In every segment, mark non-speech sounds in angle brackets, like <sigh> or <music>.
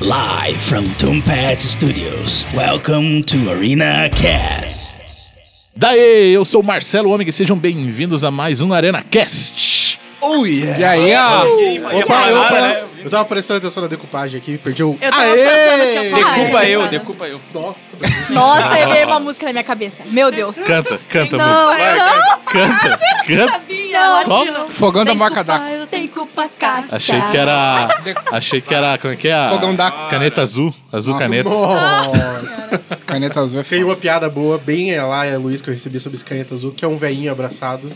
Live from Tombat Studios. Welcome to Arena Cast. Daê, eu sou o Marcelo Ômega e sejam bem-vindos a mais um Arena Cast. Oh yeah! E aí, ó. É Opa, eu, opa, né? eu tava prestando atenção na decupagem aqui, perdi o. Eu tava Aê! pensando que eu quase Decupa ia eu, falar. decupa eu. Nossa! Nossa, eu dei uma música na minha cabeça. Meu Deus. Canta, canta, Não, é música. eu não Canta, canta. sabia. Qual? Fogão da Tem Maca <laughs> culpa, da. eu tenho culpa, cara. Achei que era. Achei que era. Como é que é? a- Fogão da- Caneta azul. Azul caneta. Nossa! Caneta azul é Tem feio. uma piada boa, bem é lá, é Luiz, que eu recebi sobre esse caneta azul, que é um velhinho abraçado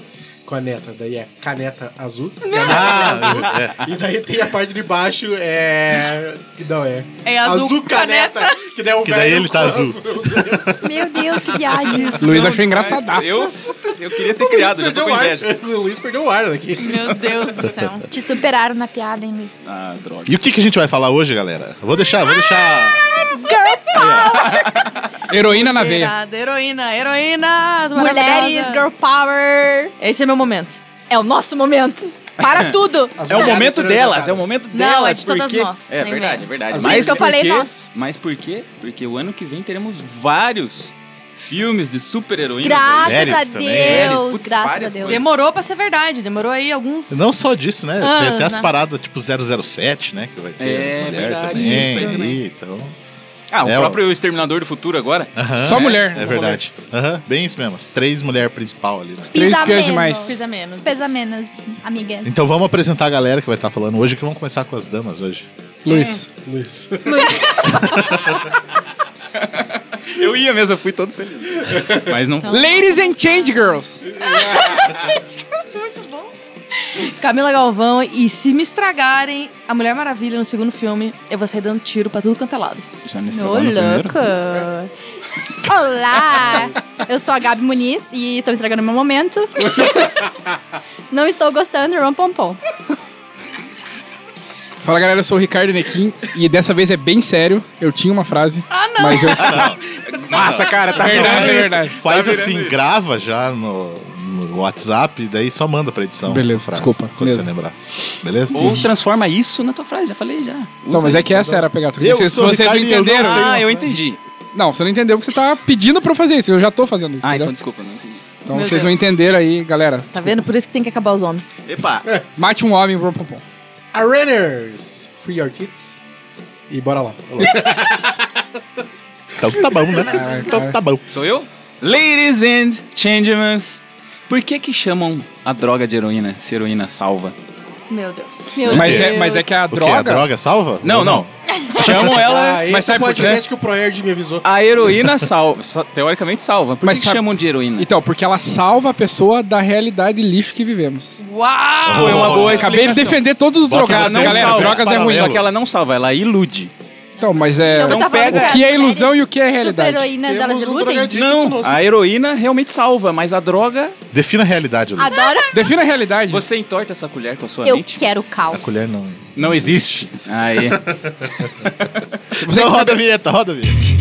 com a neta. Daí é caneta azul. Ah, Caneta é. azul. E daí tem a parte de baixo, é. Que não é. É azul caneta. Que daí é um Que daí velho ele tá com azul. <laughs> Meu Deus, que viagem. Luiz achou engraçadaço. Eu, eu queria ter O Luiz criado, já tô perdeu com o ar. <laughs> inveja. O Luiz perdeu o ar aqui. Meu Deus do céu. Te superaram na piada, hein, Luiz? Ah, droga. E o que, que a gente vai falar hoje, galera? Vou deixar, vou Ah! deixar. Heroína na veia. heroína, heroínas Mulheres, maravilhosas. girl power. Esse é meu momento. É o nosso momento. Para tudo. As É o mulheres momento serão delas, jogadas. é o momento Não, delas. é de todas porque- nós, É nem verdade, vem. é verdade. Às Mas vezes eu por falei quê? nós. Mas por quê? Porque o ano que vem teremos vários filmes de super-heroínas. né? Graças Séries a também. Deus. Séries, putz, graças a várias Deus. coisas. Demorou pra ser verdade. Demorou aí alguns... Não só disso, né? Ah, Tem até as né? paradas tipo 007, né? Que vai ter É, mulher verdade, também. isso aí também. né? ali, então. Ah, o É, ó. próprio Exterminador do <laughs> Futuro agora. Só mulher. É verdade. Aham, bem isso mesmo. As três mulheres principal ali. né? Três Pisa pias menos. demais. Pisa menos. Pesa <laughs> menos, amiga. Então vamos apresentar a galera que vai estar falando hoje, que vamos começar com as damas hoje. Luiz. Luiz. Eu ia mesmo, eu fui <laughs> todo feliz. Mas não É. Então, fui. Ladies and Change Girls. Camila Galvão e se me estragarem a Mulher Maravilha no segundo filme, eu vou sair dando tiro pra tudo quanto é lado. Já me Ô, estragou no primeiro. louco. Olá. Eu sou a Gabi Muniz e estou estragando meu momento. Não estou gostando, rom pom pom. Fala galera, eu sou o Ricardo Nequim e dessa vez é bem sério. Eu tinha uma frase, Ah, não. <laughs> mas eu esqueci. Massa, cara, tá verdade, é verdade. Faz Tá virando assim, isso. grava já no, no WhatsApp, e daí só manda pra edição. Beleza, a frase, desculpa, Quando mesmo. você lembrar. Beleza? Ou transforma isso na tua frase, já falei já. Então, Usa mas aí. é que essa era a pegada. Só que Eu vocês, sou vocês não Ricardo e eu não entenderam. tenho- Ah, eu entendi. Não, você não entendeu porque você tá pedindo pra eu fazer isso. Eu já tô fazendo isso, Ah, então entendeu? desculpa, não entendi. Então Meu vocês Deus. não entenderam aí, galera. Tá vendo? Por isso que tem que acabar os homens. Epa, Mate um homem, brum, pum, pum. Areners! Free your kids. E bora lá. Então tá bom, né? Então tá bom. sou eu? Ladies and gentlemen, por que que chamam a droga de heroína se heroína salva? Meu Deus. Meu Mas quê? é, mas é que a O quê? A droga. droga salva? Não, Ou <laughs> não. <laughs> Chamam ela. Ah, esse mas é sabe o por quê? podcast que o ProErd me avisou. A heroína salva. sa- Teoricamente salva. Por Mas que que sabe- chamam de heroína? Então, porque ela salva a pessoa da realidade lixo que vivemos. Uau! Foi uma boa Então, Acabei de explicação. defender todos os Bota drogados, você Não galera. salva. Drogas é Paralelo. ruim. Só que ela não salva, ela ilude. Então, mas é. Então, Então tá pega- falando o que é das ilusão mulheres e o que é realidade? Super-heroínas, elas Temos um iludem? drogadito Não, conosco. a heroína realmente salva, mas a droga, Defina a realidade, Lu. Adoro. Defina a realidade. você entorta essa colher com a sua Eu mente. quero caos. A colher não. Não existe. Aí. Você roda a vinheta, roda a vinheta.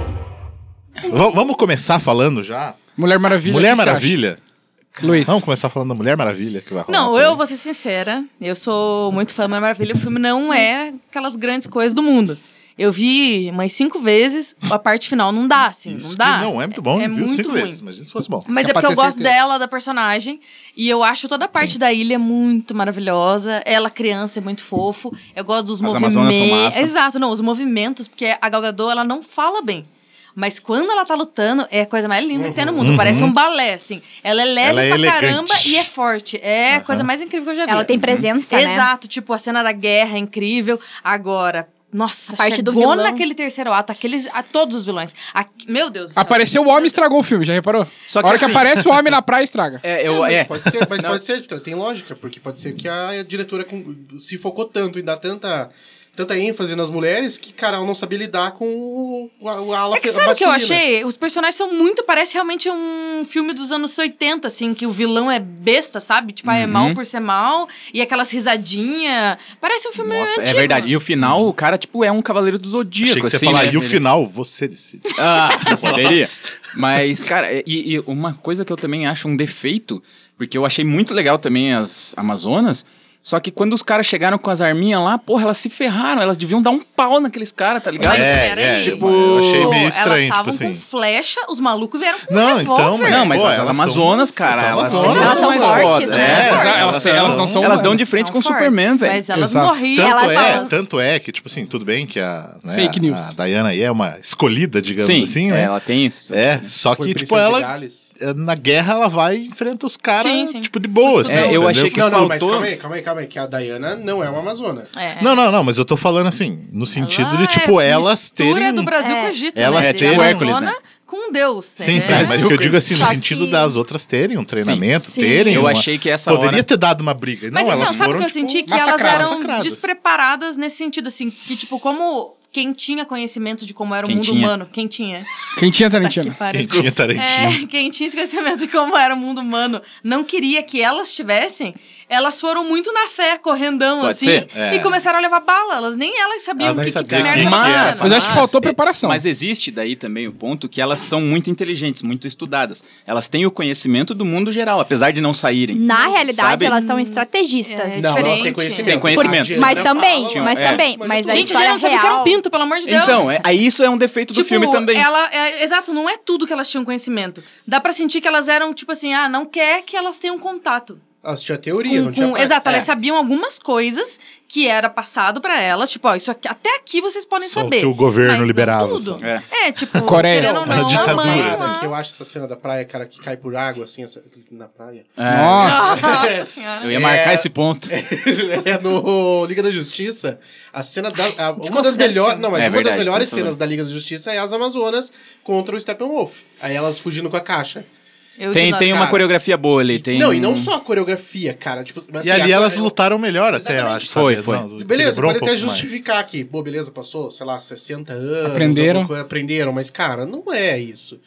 V- vamos começar falando já? Mulher Maravilha. Mulher o que que você Maravilha? acha? Luiz. Vamos começar falando da Mulher Maravilha que vai rolar Não, por aí. eu vou ser sincera. Eu sou muito fã da Mulher Maravilha. O filme não é aquelas grandes coisas do mundo. Eu vi umas cinco vezes, a parte final não dá, assim. Isso não que dá. não é muito bom, É, é viu? muito Cinco ruim. vezes. Imagina se fosse bom. Mas É é pra porque eu ter gosto certeza. dela, da personagem. E eu acho toda a parte da ilha muito maravilhosa. Ela, criança, é muito fofo. Eu gosto dos As movimentos. Amazonas são massa. Exato, não, os movimentos, porque a Galgador, ela não fala bem. Mas quando ela tá lutando, é a coisa mais linda que tem no mundo. Parece um balé, assim. Ela é leve Ela é pra elegante. caramba e é forte. É a coisa mais incrível que eu já vi. Ela tem presença, né? Exato, tipo, a cena da guerra é incrível. Agora, Nossa, A parte chegou do vilão. naquele terceiro ato, aqueles, a todos os vilões. A- meu Deus do céu. Apareceu o homem e estragou o filme, já reparou? Só que a hora que assim- aparece o homem na praia, estraga. É, eu, Mas é. pode ser, mas Não. pode ser, Vitor, tem lógica, porque pode ser que a diretora com- se focou tanto e dá tanta, tanta ênfase nas mulheres que, cara, ela não sabia lidar com o, o, o ala É que fe- sabe o que eu masculina. achei? Os personagens são muito. Parece realmente um filme dos anos 80, assim, que o vilão é besta, sabe? Tipo, ah, é Uhum. mal por ser mal, e aquelas risadinhas. Parece um filme Nossa, é antigo. verdade. E o final, o cara, tipo, é um cavaleiro do zodíaco, Achei que você assim. ia falar, né? e o Ele- final, você decide. <laughs> Ah, poderia. Mas, cara, e, e uma coisa que eu também acho um defeito, porque eu achei muito legal também as Amazonas, só que quando os caras chegaram com as arminhas lá, porra, elas se ferraram, elas deviam dar um pau naqueles caras, tá ligado? Mas É, peraí. é, tipo, eu achei meio Elas estranho, tipo estavam assim. com flecha, os malucos vieram com um Não, revólver. então, mas- Não, mas Pô, as elas Amazonas, são- cara, são elas são, Amazonas. Elas são mais fortes, fodas. né? É, Elas- elas- elas não são Elas dão humanas. de frente São com o fortes, Superman, velho. Mas elas Exato. morriam. Tanto Elas é, falam- tanto é que, tipo assim, tudo bem que a, né, Fake a- news. a Diana aí é uma escolhida, digamos Sim, assim, é, né? ela tem isso. É, só Foi que, tipo, Princesa de ela, é, Gales. na guerra, ela vai e enfrenta os caras, Sim, sim. tipo, de boa. É, assim, eu entendeu? achei que Não, não, mas faltou- calma aí, calma aí, calma aí, que a Diana não é uma amazona. É. Não, não, não, mas eu tô falando assim, no sentido Ela de, tipo, é elas mistura terem... um do Brasil com o É. Egito, Elas né? terem- Amazona Hércules, né? com Deus. Sim, sim, né? mas o que eu digo assim, no Só sentido que- das outras terem um treinamento, Sim. terem Eu uma- achei que essa Poderia hora- ter dado uma briga. Não, Mas elas então, sabe o foram, que eu tipo, senti? Que elas massacradas, eram massacradas. despreparadas nesse sentido, assim, que, tipo, como quem tinha conhecimento de como era o Quem mundo tinha. humano, quem tinha? Quem tinha, né? Tá que Tarantino? pariu. Quem tinha Tarantino. É, <laughs> quem tinha esse conhecimento de como era o mundo humano não queria que elas tivessem, elas foram muito na fé, correndão, Pode assim, ser? É. e começaram a levar bala. Elas nem elas sabiam Elas nem que, tipo, sabiam merda quem tava que era. acontecendo. Mas eu acho que faltou é, preparação. Mas existe daí também o ponto que elas são muito inteligentes, muito estudadas. Elas têm o conhecimento do mundo geral, apesar de não saírem. Na realidade, Sabe? elas são estrategistas. É Não, elas diferente. têm conhecimento. Tem conhecimento. A Diana Mas fala também, lá, mas é. também, mas a Gente, história já não sabia que era um real. pinto, pelo amor de Deus. Então, é, aí isso é um defeito do Tipo, filme também. Ela, é, exato, não é tudo que elas tinham conhecimento. Dá pra sentir que elas eram, tipo assim, ah, não quer que elas tenham contato. Elas tinham assim, teoria, Com- não tinha com- prática. exato, elas é. sabiam algumas coisas que era passado pra elas, tipo, ó, isso aqui, até aqui vocês podem Só saber. que o governo mas não liberava, só. Tudo. É. É. tipo, Coreia, querendo ou uma não, a ditadura, mãe Cara, assim, lá. que eu acho essa cena da praia, cara, que cai por água, assim, essa- na praia. Nossa. Nossa <laughs> senhora. É, Eu ia marcar É. esse ponto. <laughs> é no Liga da Justiça, a cena da. a- uma das Desconsidera melhores. esse Não, mas É uma verdade, das melhores tem razão. cenas da Liga da Justiça é as Amazonas contra o Steppenwolf. Aí elas fugindo com a caixa. Eu tipo, Tem, ignoro tem isso. uma coreografia boa ali. Tem... Não, e não só a coreografia, cara. Tipo, assim, E ali a- elas lutaram melhor até, eu acho. Foi, sabe? foi. Não, Beleza, equilibrou pode um pouco até mais. justificar aqui. Pô, beleza, passou, sei lá, 60 anos. Aprenderam. alguma coisa, aprenderam, mas, cara, não é isso.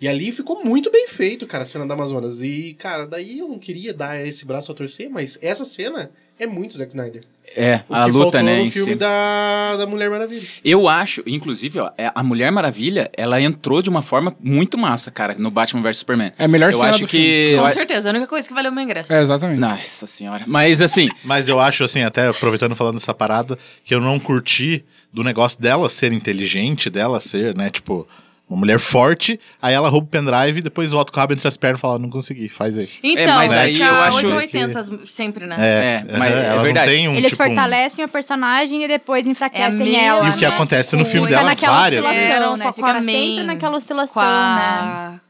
E ali ficou muito bem feito, cara, a cena da Amazonas. E, cara, daí eu não queria dar esse braço a torcer, mas essa cena é muito Zack Snyder. É, O a que luta, faltou né? no em filme si. da, da Mulher Maravilha. Eu acho, inclusive, ó, é, a Mulher Maravilha, ela entrou de uma forma muito massa, cara, no Batman vs Superman. É a melhor Eu cena acho do um- que. Com eu a- certeza, a única coisa que valeu o meu ingresso. É, exatamente. Nossa senhora. Mas assim, Mas eu acho, assim, até aproveitando falando dessa parada, que eu não curti do negócio dela ser inteligente, dela ser, né, tipo, uma mulher forte, aí ela rouba o pendrive e depois volta com o rabo entre as pernas e fala, "Ah, não consegui, faz aí. Então, É, mas aí fica eu acho 880 sempre, né? É, mas é ela não verdade. tem um, Eles tipo, um- fortalecem a personagem e depois É enfraquecem mesma ela. E o que né? acontece no filme coisa. Fica dela, naquela várias vezes. oscilação, né? Fica Fica com a sempre Man, naquela Com oscilação, né? a...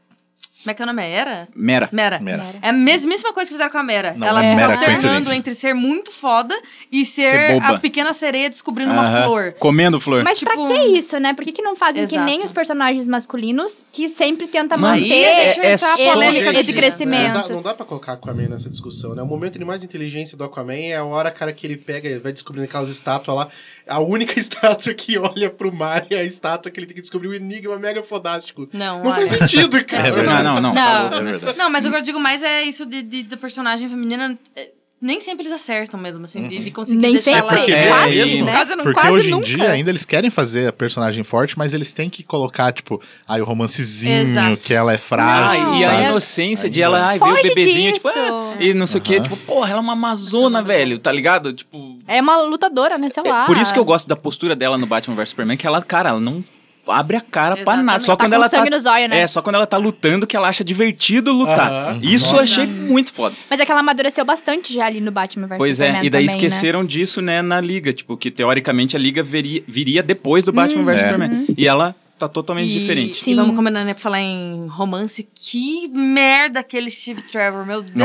Como é que é o nome? Era? Mera. Mera. Mera. É a mesmíssima coisa que fizeram com a Mera. Não, ela é fica mera alternando coincidência. entre ser muito foda e Ser ser, boba. a pequena sereia descobrindo uma Aham. flor. Comendo flor. Mas pra Tipo, que isso, né? Por que, que não fazem Exato. que nem os personagens masculinos que sempre tenta Mano, manter Aí a gente vai é- é entrar a só polêmica gente- do de dia. crescimento. Não né? É, dá, um não dá pra colocar Aquaman nessa discussão, né? O momento de mais inteligência do Aquaman é a hora, cara, que ele pega e vai descobrindo aquelas estátuas lá. A única <laughs> estátua que olha pro mar é a estátua que ele tem que descobrir o enigma mega fodástico. Não, Não faz olha. <laughs> sentido, cara. É Não, não, não. Não. É verdade. Não, mas o que eu digo mais é isso de, de- da personagem feminina. é, Nem sempre eles acertam mesmo, assim, de, de conseguir Uhum. Nem deixar sempre, ela... porque é quase, mesmo, né? Quase, não, Porque quase hoje em nunca. dia ainda eles querem fazer a personagem forte, mas eles têm que colocar, tipo, aí o romancezinho, Exato. que ela é Ah, frágil, e sabe? a inocência de ela, ai, ver o Foge bebezinho, disso. tipo, ah, e não sei o quê. Tipo, porra, ela é uma amazona, velho, tá ligado? Tipo, É uma lutadora, né? Sei lá. é por isso que eu gosto da postura dela no Batman vs Superman, que ela, cara, ela não abre a cara pra Exatamente. nada. Só Tá quando com ela sangue tá... nos olhos, né? É, só quando ela tá lutando que ela acha divertido lutar. Aham. Isso eu achei muito foda. Mas é que ela amadureceu bastante já ali no Batman vs Pois Superman é, e daí também, né? esqueceram Uhum. disso, né, na Liga. Tipo, que teoricamente a Liga veria- viria depois do Batman vs Superman. E ela tá totalmente Uhum. E- diferente. Sim. E vamos combinar, né? Pra falar em romance. Que merda aquele Steve Trevor, meu Deus!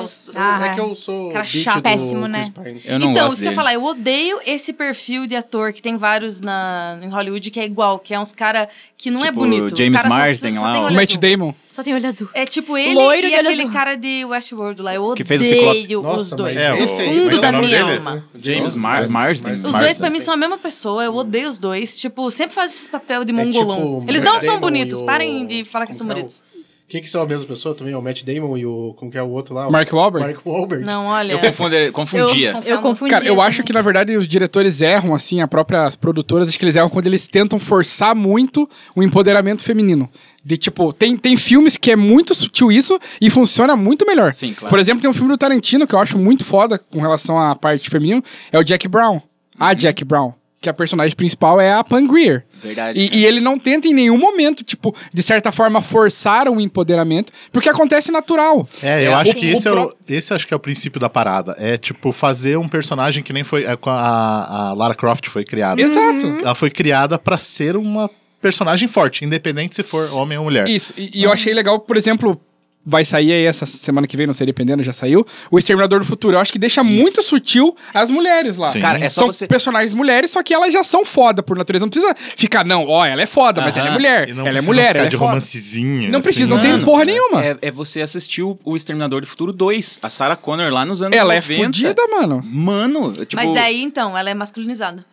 do céu. Ah, é que eu sou cara bitch chato. do Péssimo, né? Chris Pine. Eu não então, gosto isso que eu ia dele. falar, eu odeio esse perfil de ator que tem vários na, em Hollywood que é igual, que é uns cara que não é Tipo, bonito. Os James caras só- Marsden só, lá, tem ó. olho Matt azul. Damon. Só tem olho azul. É tipo ele Loiro e de olho aquele azul. cara de Westworld lá. Eu Que odeio fez o Ciclope. Nossa, os dois. mas É, no esse aí, fundo mas é o da nome minha dele, alma. James Nossa, Mar- mas- Marsden. mas- Os Marsden. dois pra mim são a mesma pessoa, eu odeio os dois. Tipo, sempre faz esse papel de É mongolão. tipo o Eles Matt não são Damon bonitos, e o- parem de falar que são como é o- bonitos. Quem que são a mesma pessoa também? É O Matt Damon e o. Como que é o outro lá? O- Mark Wahlberg? Mark Wahlberg. Não, olha. Eu confundi- confundia. confundi. Eu confundi. Cara, eu acho que na verdade os diretores erram, assim, a própria, as próprias produtoras, acho que eles erram quando eles tentam forçar muito o empoderamento feminino. De tipo, tem, tem filmes que é muito sutil isso e funciona muito melhor. Sim, claro. Por exemplo, tem um filme do Tarantino que eu acho muito foda com relação à parte feminina, é o Jack Brown. Uhum. A Jack Brown. Que a personagem principal é a Pam Grier. Verdade. E, e ele não tenta em nenhum momento, tipo, de certa forma, forçar um empoderamento, porque acontece natural. É, eu É, acho o- que o esse, é pro- o, esse acho que é o princípio da parada. É, tipo, fazer um personagem que nem foi. é, com A, a Lara Croft foi criada. Exato. Ela foi criada pra ser uma personagem forte, independente se for homem ou mulher. Isso, e, e eu achei legal, por exemplo, vai sair aí essa semana que vem, não sei, dependendo, já saiu, o Exterminador do Futuro. Eu acho que deixa muito sutil as mulheres lá. Sim. Cara, é só são você- personagens mulheres, só que elas já são foda por natureza. Não precisa ficar, não, ó, ela é foda, mas ela é Aham. mulher. E não Ela é precisa mulher, ficar ela é de foda. romancezinho. assim, né? Não precisa, não tem Mano, porra nenhuma. É, é você assistir o, o Exterminador do Futuro 2, a Sarah Connor lá nos anos Ela é 90. fodida, mano. Mano, tipo... Mas daí, então, ela é masculinizada.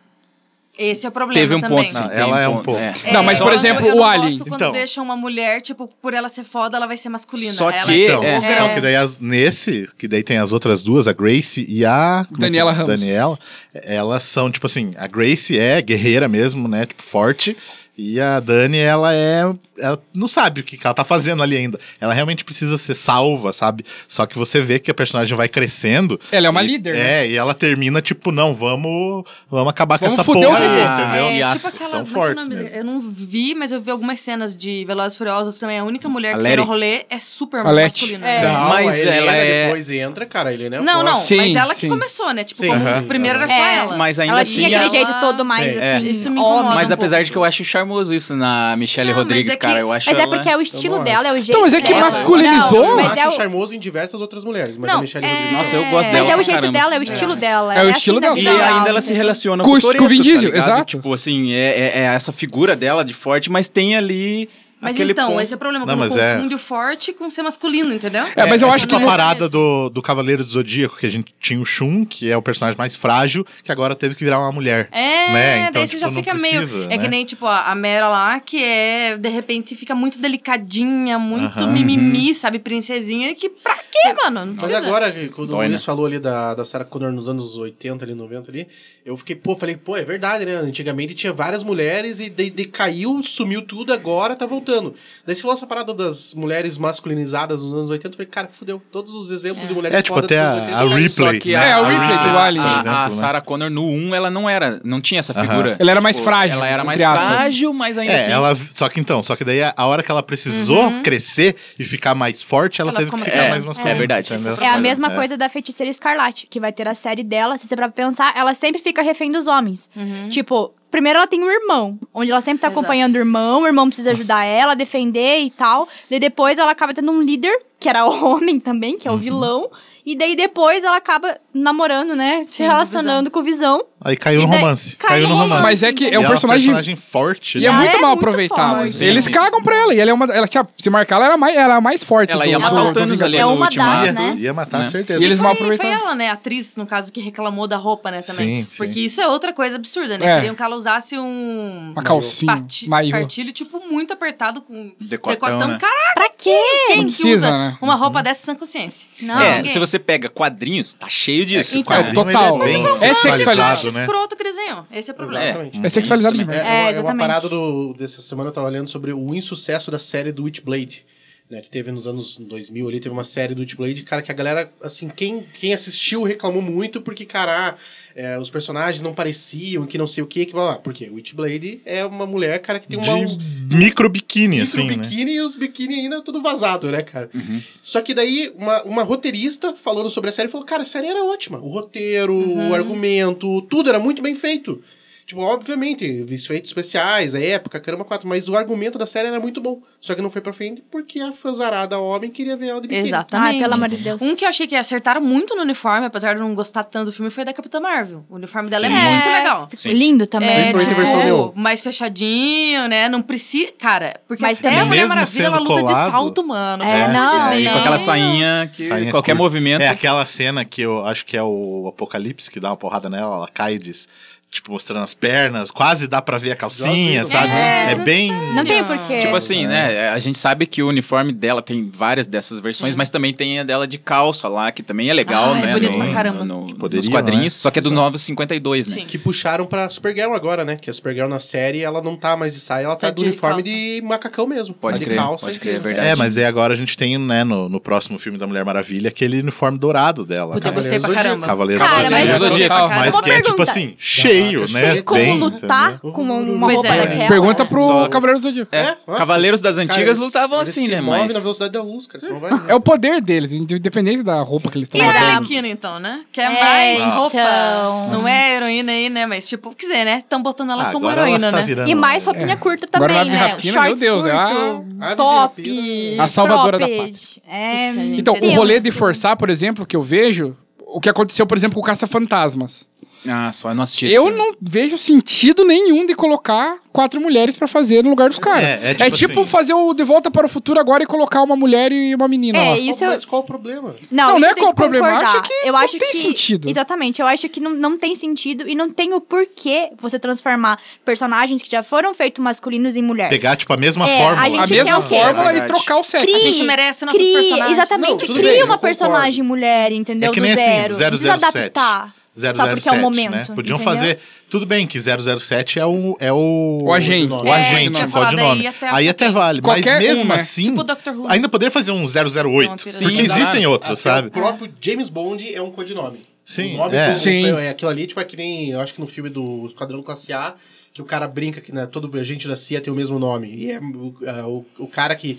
Esse é o problema Teve um também. ponto. sim, Não, tem ela é um pouco. É, Não, mas, por eu- exemplo, eu o não Alien. gosto quando Então. deixam uma mulher, tipo, por ela ser foda, ela vai ser masculina. Só Ela que- é, Então, tipo, É. só que daí as- nesse, que daí tem as outras duas, a Grace e a... como é que é? Daniela Ramos. Daniela, elas são, tipo assim, a Grace é guerreira mesmo, né, tipo, forte, e a Dani, ela é... Ela não sabe o que que ela tá fazendo ali ainda. Ela realmente precisa ser salva, sabe? Só que você vê que a personagem vai crescendo. Ela é uma e- É, líder, né? e ela termina, tipo, não, vamos, vamos acabar Vamos com essa foder porra os aí, robôs. entendeu? É, E as- tipo aquela. são como é que é o fortes nome mesmo. dela? Eu não vi, mas eu vi algumas cenas de Velozes e Furiosos também. A única mulher A que tem Letty. no rolê é super A Letty. masculina. Não, né? Mas a Helena ela é- depois entra, cara. Ele não é Não, não, Sim, mas ela sim. que começou, né? Tipo, Sim, como sim. primeiro era só É, ela. Mas ainda Ela assim... tinha aquele ela- jeito todo mais, É, é. assim, Isso me homem. incomoda. Mas um apesar de pouco. que eu acho charmoso isso na Michelle Não, mas Rodrigues, é que- cara, eu acho Mas é ela- porque é o estilo acho. dela, é o jeito Então, mas é que dela. masculinizou? Não, Eu mas é acho o, charmoso em diversas outras mulheres, mas Não, a Michelle é- Rodrigues... Nossa, eu gosto mas dela é pra o jeito caramba. dela, é o estilo dela. É o ela estilo assim na dela. E vida real. ainda ela se relaciona Com com, o- o Toretto, com o Vin tá Diesel, ligado? exato. Tipo assim, é, é- é essa figura dela de forte, mas tem ali Mas aquele então, ponto... esse é o problema. Não, Quando mas é- confunde o forte com ser masculino, entendeu? É, mas eu é acho tipo que- a parada do, do Cavaleiro do Zodíaco, que a gente tinha o Shun, que é o personagem mais frágil, que agora teve que virar uma mulher. É, né? Então, daí você tipo, já não fica precisa, meio. né? É que nem, tipo, a a Mera lá, que é, de repente, fica muito delicadinha, muito Aham. Uhum. mimimi, sabe, princesinha, que pra quê, mano? Não Mas precisa. agora, quando Dói, o Luiz né? falou ali da, da Sarah Connor nos anos 80, ali, 90 ali, eu fiquei, pô, falei, pô, é verdade, né? Antigamente tinha várias mulheres e daí decaiu, sumiu tudo, agora tá voltando. Daí você falou essa parada das mulheres masculinizadas nos anos 80, eu falei, cara, fudeu, todos os exemplos de mulheres É, tipo, fodas até dos anos a, a 80. Ripley. Só que né? É, a Ripley a, do Alien. a- Por exemplo, a né? Sarah Connor no 1, ela não era, não tinha essa figura. Tipo, Ela era mais frágil, Ela era mais entre aspas. frágil, mas ainda É, assim. ela. Só que então, só que daí a, a hora que ela precisou crescer e ficar mais forte, ela, Ela teve ficou que mais ficar forte. mais É, masculina. é verdade. entendeu? É a mesma coisa da Feiticeira Escarlate, que vai ter a série dela, se você pra pensar, ela sempre fica refém dos homens. Tipo, primeiro ela tem o irmão, onde ela sempre tá Uhum. Exato. acompanhando o irmão, o irmão precisa ajudar ela, defender e tal. Daí depois ela acaba tendo um líder, que era <laughs> homem também, Uhum. que é o vilão. E daí depois ela acaba namorando, né? se Sim, relacionando com o Visão. Aí caiu E no daí- romance. caiu Caiu no no romance. romance. Mas é que E é um ela personagem. personagem forte. né? E é Ela muito é mal muito aproveitado. forte. Eles Sim. cagam pra ela. E ela é uma. Ela, tinha- se marcar, ela era mais, era a mais forte. Ela do- ia do- matar do- o Thanos do- ali é no uma ultimato. das, Ia, né? ia matar, Né? certeza. E eles mal foi, foi aproveitaram. ela, né? A atriz, no caso, que reclamou da roupa, né, também. Sim, Porque sim. isso é outra coisa absurda, É. né? Queriam que ela usasse um... Uma calcinha, espati- maiô. Espartilho, tipo, muito apertado, com Decotão, decotão. né? Caraca, Pra quê? quem que precisa, usa né? uma Uhum. roupa dessa sem consciência? Não. É, ninguém. se você pega quadrinhos, tá cheio disso. É, O quadrinho, total. ele É, bem Mas é Eu sexualizado, sexualizado, acho né? escroto aquele desenho. Esse é o problema. Exatamente. né? É sexualizado demais. É, É, é, uma exatamente. parada do, dessa semana eu tava lendo sobre o insucesso da série do Witchblade. Né, que teve nos anos 2000 ali, teve uma série do Witchblade, cara, que a galera, assim, quem, quem assistiu reclamou muito porque, cara, ah, é, os personagens não pareciam, que não sei o que, que blá blá. blá. Por quê? Witchblade é uma mulher, cara, que tem uma, uns De micro biquíni, Isso, assim, o né? biquíni e os biquíni ainda tudo vazado, né, cara? Uhum. Só que daí, uma, uma roteirista falando Uhum. sobre a série falou: cara, a série era ótima. O roteiro, o argumento, tudo era muito bem feito. Tipo, obviamente, efeitos especiais, a época, caramba, quatro, mas o argumento da série era muito bom. Só que não foi pra frente porque a fanzarada homem queria ver ela de biquíni. Ai, Exatamente. pelo amor de Deus. Um que eu achei que acertaram muito no uniforme, apesar de eu não gostar tanto do filme, foi da Capitã Marvel. O uniforme dela Sim. é muito legal. Ficou Lindo É, também. Principalmente a versão né? neon. mais fechadinho, né? Não precisa. Cara, porque Mas até também- a Mulher Mesmo Maravilha sendo ela luta colado- de salto, mano. É, pelo não, amor é, de E Deus. com aquela sainha que Sainha qualquer curta. movimento. É aquela cena que eu acho que é o Apocalipse que dá uma porrada nela, ela cai e diz, tipo, mostrando as pernas, quase dá pra ver a calcinha, sabe? É, bem. Não tem porquê. É. Tipo assim, né? A gente sabe que o uniforme dela tem várias dessas versões, mas também tem a dela de calça lá, que também é legal, É. Ah, é né? bonito no, pra caramba. no- no- Poderia, nos quadrinhos. né? Só que é do 952, né? Sim. Que puxaram pra Supergirl agora, né? Que a Supergirl na série, ela não tá mais de saia, ela tá, Tá do de uniforme calça. de macacão mesmo. Pode tá crer, de calça. pode e crer, é tudo. verdade. É, mas aí agora a gente tem, né, no, no próximo filme da Mulher Maravilha, aquele uniforme dourado dela. Puta, eu né? gostei pra Cavaleiros caramba. Cavaleiro Cara, Zodíaco. mas- Zodíaco. Cara, Mas uma que é tipo pergunta. assim, cheio, né? Tem como bem, lutar entendeu? com uma Pois roupa é. daquela? Pergunta pro Só- Cavaleiro do Zodíaco. É, É, nossa. Cavaleiros das Antigas eles- lutavam eles assim, se né? movem Mas na velocidade da luz, cara. Você <laughs> não vai ver. É o poder deles, independente da roupa que eles estão E a Mas é- Arlequina, então, né? Que é, É, mais então. roupa. Não é heroína aí, né? Mas, tipo, quiser, né? Estão botando ela Ah, como agora ela heroína, está né? virando. E mais roupinha curta Agora também, Aves e né? Rapina, Shorts meu Deus, é a- curto, Aves e top. Rapina. A salvadora da cropped. É, gente. Então, Deus. o rolê de forçar, por exemplo, que eu vejo, o que aconteceu, por exemplo, com o Caça-Fantasmas. Ah, só eu não assisti esse Eu filme. não vejo sentido nenhum de colocar quatro mulheres pra fazer no lugar dos caras. É, É, é tipo tipo, assim. fazer o De Volta para o Futuro agora e colocar uma mulher e uma menina lá. É, isso eu... Mas qual o problema? Não, Não, isso não é eu tenho qual o que problema, eu acho concordar. que Eu não acho tem que- sentido. Exatamente, eu acho que não, não tem sentido e não tem o porquê você transformar personagens que já foram feitos masculinos em mulher. Pegar, tipo, a mesma É, fórmula. a gente A quer mesma o quê? fórmula e Verdade. trocar o sexo. Cria- A gente merece nossos cria, personagens. Não, Exatamente, tudo cria bem, eu uma concordo. personagem mulher, entendeu? É que Do nem zero. assim, 007. Não precisa adaptar. só porque é o 007, momento. Né? Podiam entendeu? fazer. Tudo bem que 007 é o. É o, O agente. O É, agente, isso que eu ia o falar, código nome. daí até- Aí até vale. Qualquer mas mesmo um, né? assim. Tipo Doctor Who. Ainda poderia fazer um 008. Vampiro. porque Sim, claro. existem outros, Até sabe? O próprio James Bond é um codinome. Sim, O nome é. do- Sim. é aquilo ali, tipo, é que nem, eu acho que no filme do Esquadrão Classe A, que o cara brinca que né, todo agente da CIA tem o mesmo nome. E é, o, a- o, o cara que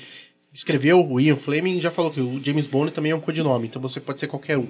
escreveu, o Ian Fleming, já falou que o James Bond também é um codinome, então você pode ser qualquer um.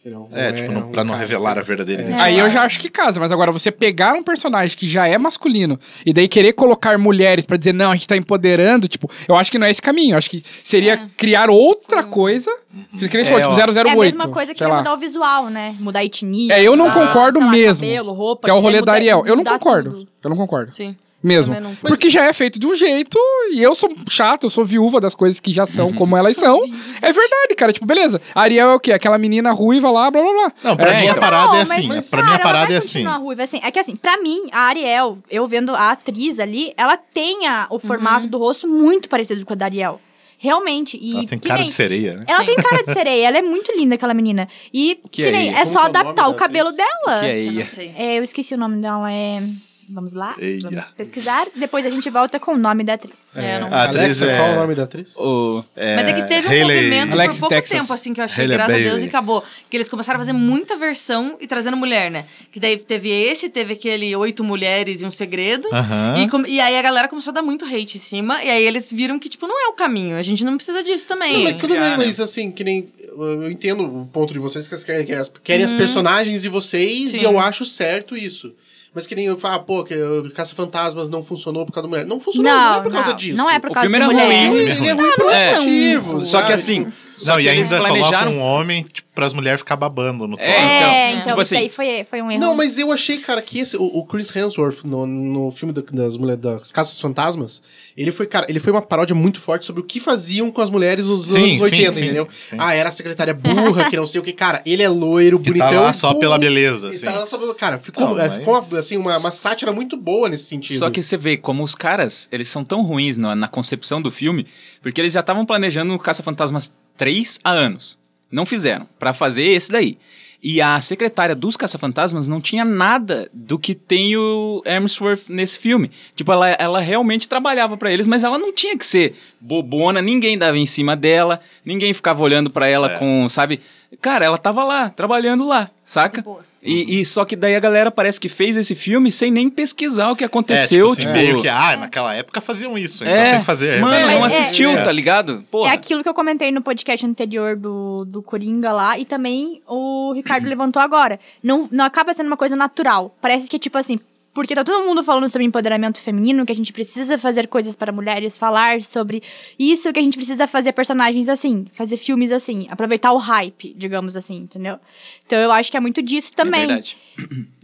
entendeu? É, Não tipo, não, um pra não cara, revelar a sabe? verdadeira identidade. Aí eu já acho que casa, mas agora você pegar um personagem que já é masculino e daí querer colocar mulheres pra dizer, não, a gente tá empoderando, tipo, eu acho que não é esse caminho. Eu acho que seria criar outra coisa. Você queria É, falar, ó. tipo, 008. É a mesma coisa que sei ele lá. mudar o visual, né? Mudar a etnia. É, eu não mudar, concordo sei lá, mesmo. Cabelo, roupa, Que é o rolê mudar- da Ariel. Eu não mudar concordo. tudo. Eu não concordo. Sim. Mesmo. Também não. Porque já é feito de um jeito e eu sou chato, eu sou viúva das coisas que já são Uhum. como elas são. É verdade, cara. Tipo, beleza. A Ariel é o quê? Aquela menina ruiva lá, blá blá blá. Não, pra É, mim a então. parada é Não, mas, assim. mas, pra mim a cara, parada é ela vai assim. continuar ruiva, assim. É que assim, pra mim, a Ariel, eu vendo a atriz ali, ela tem a- Uhum. o formato do rosto muito parecido com a da Ariel. Realmente. E Ela tem que cara nem- é de sereia, né? Ela tem cara de sereia, ela é muito linda, aquela menina. E que, que é nem, ele? é Como só que é o nome adaptar o da cabelo atriz? dela. Que é Eu não ia. sei. É, eu esqueci o nome dela, é. Vamos lá? Eia. Vamos pesquisar. Depois a gente volta com o nome da atriz. É, não- A atriz Alexa, é- qual o nome da atriz? O- Mas é que teve um Hayley- movimento Alex por pouco Texas. tempo, assim, que eu achei, Hayley graças a Deus, Bailey. e acabou. Que eles começaram a fazer muita versão e trazendo mulher, né? Que daí teve esse, teve aquele Oito Mulheres e um Segredo. Aham. E, com- e aí a galera começou a dar muito hate em cima. E aí eles viram que, tipo, não é o caminho. A gente não precisa disso também. Não, mas tudo Criar, bem, né? mas assim, que nem. Eu eu entendo o ponto de vocês, que vocês querem, que as- querem as personagens de vocês, Sim. e eu acho certo isso. Mas que nem eu falo, ah, pô, que eu- Caça-Fantasmas não funcionou por causa da mulher. Não funcionou, não, é por causa não, disso. Não é por O causa filme da era mulher. ruim. Ele ele é ruim por É. outros motivos. Só que sabe? assim. Só Não, que e eles ainda coloca planejaram. um homem, tipo, pras mulheres ficar babando no É, topo. então. É, então, Tipo isso assim. aí foi, foi um erro. Não, mas eu achei, cara, que esse, o, o Chris Hemsworth no, no filme da- das, mulher, das Caças Fantasmas, ele foi, cara, ele foi uma paródia muito forte sobre o que faziam com as mulheres nos Sim, anos 80, sim, sim, entendeu? sim. Ah, era a secretária burra, que não sei o que. Cara, ele é loiro, Que bonitão. tá lá só pô, pela beleza, assim. Ele tá lá só pelo- Cara, ficou, Não, é, mas- ficou uma, assim, uma, uma sátira muito boa nesse sentido. Só que você vê como os caras, eles são tão ruins na, na concepção do filme, porque eles já estavam planejando o Caça-Fantasmas 3 há anos. Não fizeram, Pra fazer esse daí. E a secretária dos Caça-Fantasmas não tinha nada do que tem o Hemsworth nesse filme. Tipo, ela, ela realmente trabalhava pra eles, mas ela não tinha que ser bobona, ninguém dava em cima dela, ninguém ficava olhando pra ela com, sabe? Cara, ela tava lá, trabalhando lá, saca? boas. E, e só que daí a galera parece que fez esse filme sem nem pesquisar o que aconteceu, É, tipo, assim, tipo... meio que, ah, naquela época faziam isso, então É, tem que fazer. mano, não Mas é- assistiu, é. tá ligado? Porra. É aquilo que eu comentei no podcast anterior do, do Coringa lá, e também o Ricardo levantou agora. Não, não acaba sendo uma coisa natural. Parece que, tipo assim, Porque tá todo mundo falando sobre empoderamento feminino, que a gente precisa fazer coisas para mulheres, falar sobre isso, que a gente precisa fazer personagens assim, fazer filmes assim, aproveitar o hype, digamos assim, entendeu? Então eu acho que é muito disso também. É verdade.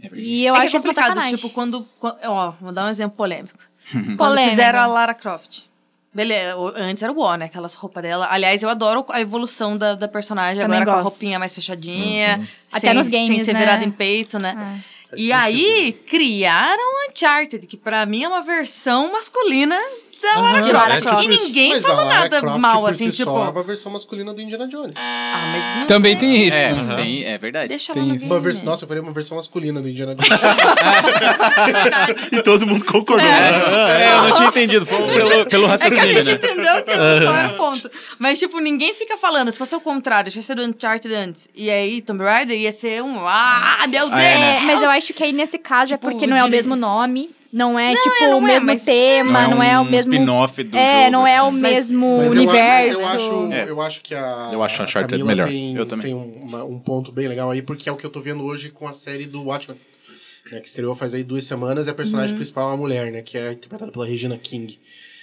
É verdade. E eu é que acho é complicado, sacanagem. tipo, quando, quan- Ó, vou dar um exemplo polêmico. Uhum. Quando Polêmica. fizeram a Lara Croft. Beleza, o- antes era o O, né? Aquelas roupas dela. Aliás, eu adoro a evolução da, da personagem Também agora com a gosto. roupinha mais fechadinha. Uhum. Até sem- nos Sem games, ser né? virada em peito, né? E aí, criaram Uncharted, que pra mim é uma versão masculina da Lara De Lara Croft. Croft. E ninguém é tipo Mas a falou Lara nada Croft, mal, por assim, si tipo... Só, é uma versão masculina do Indiana Jones. Ah, mas não Também tem isso. É, né? tem- é verdade. deixa tem ela no isso. Uma game, vers... né? Nossa, eu falei uma versão masculina do Indiana <laughs> Jones. é. <laughs> E todo mundo concordou. É, eu não tinha entendido. Foi pelo, pelo É que a raciocínio, gente né? entendeu que eu- qual era o ponto. Mas, tipo, ninguém fica falando. Se fosse o contrário, se fosse do Uncharted antes, e aí Tomb Raider ia ser um... Ah, meu Deus! Ah, é, né? É, mas eu acho que aí nesse caso Tipo, é porque não é o dire- mesmo nome, não é tipo é, não o é, mesmo mas- tema, não é, o um mesmo. spin-off do é, jogo, não é o assim. mesmo Mas eu a- universo. mas eu acho, É. eu acho que a. Eu acho a Uncharted Camila melhor. Tem, Eu também. Tem um, uma- um ponto bem legal aí, porque é o que eu tô vendo hoje com a série do Watchmen. Né, que estreou faz aí duas semanas e a personagem Uhum. principal é uma mulher, né? Que é interpretada pela Regina King.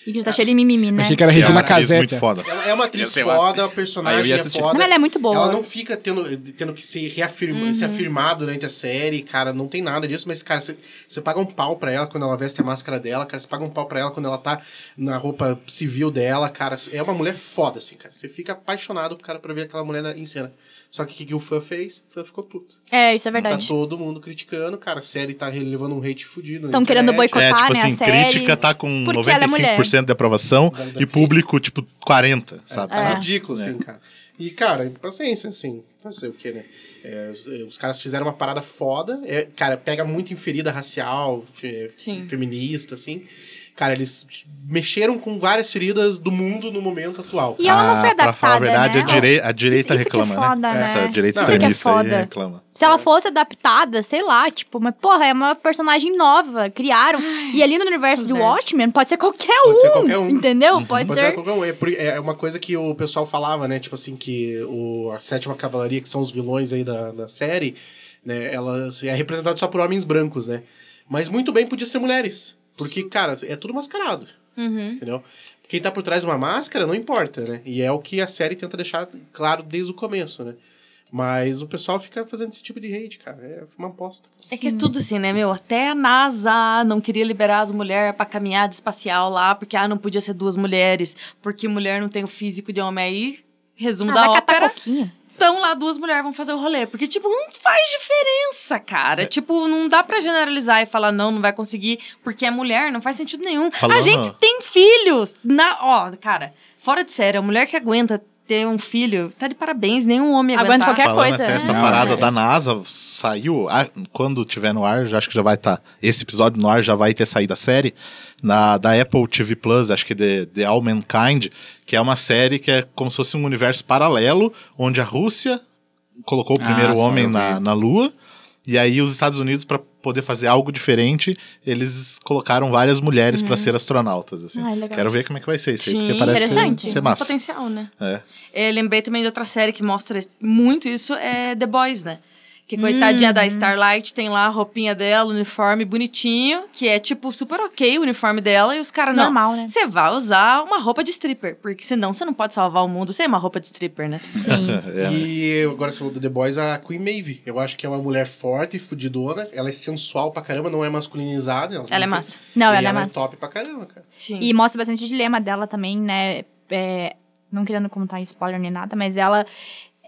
E que tá cheio de mimimi, né? Achei que era Que é uma Regina atriz muito Casete. foda. Ela é uma atriz sei, eu foda, a Aí eu personagem ia é assistir. foda. Não, ela é muito boa. Uhum. Ela não fica tendo, tendo que se reafirmar, se afirmar durante a série, cara, não tem nada disso, mas, cara, você- você paga um pau pra ela quando ela veste a máscara dela, cara, você paga um pau pra ela quando ela tá na roupa civil dela, cara, é uma mulher foda, assim, cara, você fica apaixonado, cara, pra ver aquela mulher na- em cena. Só que o que, que o fã fez? O fã ficou puto. É, isso é Tá verdade. todo mundo criticando, cara, a série tá levando um hate fudido. na Tão querendo internet. boicotar. É, tipo né, a assim, série, crítica tá com porque ela é mulher. É. 95% de aprovação e público, tipo, 40%, sabe? Tá ridículo, assim, cara. E, cara, paciência, assim, fazer o quê, né? É, os- os caras fizeram uma parada foda. é, cara, pega muito em ferida racial, fe- Sim. feminista, assim. Cara, eles mexeram com várias feridas do mundo no momento atual. E ela não foi Ah, adaptada. Pra falar a verdade, né? a, direi- a direita isso que é reclama, foda, né? né? Essa direita Isso que é extremista aí foda. reclama. Se ela fosse adaptada, sei lá, tipo, mas porra, é uma personagem nova, criaram. E ali no universo os do nerds. Watchmen, pode ser qualquer um. Pode ser qualquer um. Entendeu? Pode, Mas é, ser. qualquer um. É por- é uma coisa que o pessoal falava, né? Tipo assim, que o, a Sétima Cavalaria, que são os vilões aí da, da série, né? Ela assim, é representada só por homens brancos, né? Mas muito bem podia ser mulheres. Porque, cara, é tudo mascarado. Uhum. Entendeu? Quem tá por trás de uma máscara não importa, né? E é o que a série tenta deixar claro desde o começo, né? Mas o pessoal fica fazendo esse tipo de hate, cara. É uma aposta. É que é tudo assim, né, meu? Até a NASA não queria liberar as mulheres pra caminhada espacial lá, porque ah, não podia ser duas mulheres, porque mulher não tem o físico de homem aí. Resumo Ah, um. da vai catar ópera. coquinho. Então lá duas mulheres vão fazer o rolê. Porque, tipo, não faz diferença, É. cara. Tipo, não dá pra generalizar e falar, não, não vai conseguir, porque é mulher, não faz sentido nenhum. A Falando- gente tem filhos! Na, ó, cara, fora de sério, a mulher que aguenta ter um filho, tá de parabéns, nenhum homem Aguenta aguentar. qualquer Falando coisa, até né? essa Não, parada é. da NASA, saiu, ah, quando tiver no ar, já acho que já vai estar, esse episódio no ar já vai ter saído a série, na, da Apple TV Plus, acho que The, The All Mankind, que é uma série que é como se fosse um universo paralelo, onde a Rússia colocou o Ah, primeiro só homem eu vi. na, na Lua, e aí os Estados Unidos, para poder fazer algo diferente, eles colocaram várias mulheres pra para ser astronautas, assim. Ah, Uhum. legal. Quero ver como é que vai ser isso aí, Sim, porque parece interessante. ser, ser massa. Potencial, né? É. Eu lembrei também de outra série que mostra muito isso, é The Boys, né? Que coitadinha Hum. da Starlight tem lá a roupinha dela, o uniforme bonitinho, que é tipo super ok o uniforme dela, e os caras não. Normal, né? Você vai usar uma roupa de stripper, porque senão você não pode salvar o mundo sem uma roupa de stripper, né? Sim. É, né? E agora você falou do The Boys, a Queen Maeve. Eu acho que é uma mulher forte, fudidona. Ela é sensual pra caramba, não é masculinizada. Ela, Ela é não massa. fica- Não, E ela é massa. top pra caramba, cara. Sim. E mostra bastante o dilema dela também, né? É, não querendo contar spoiler nem nada, mas ela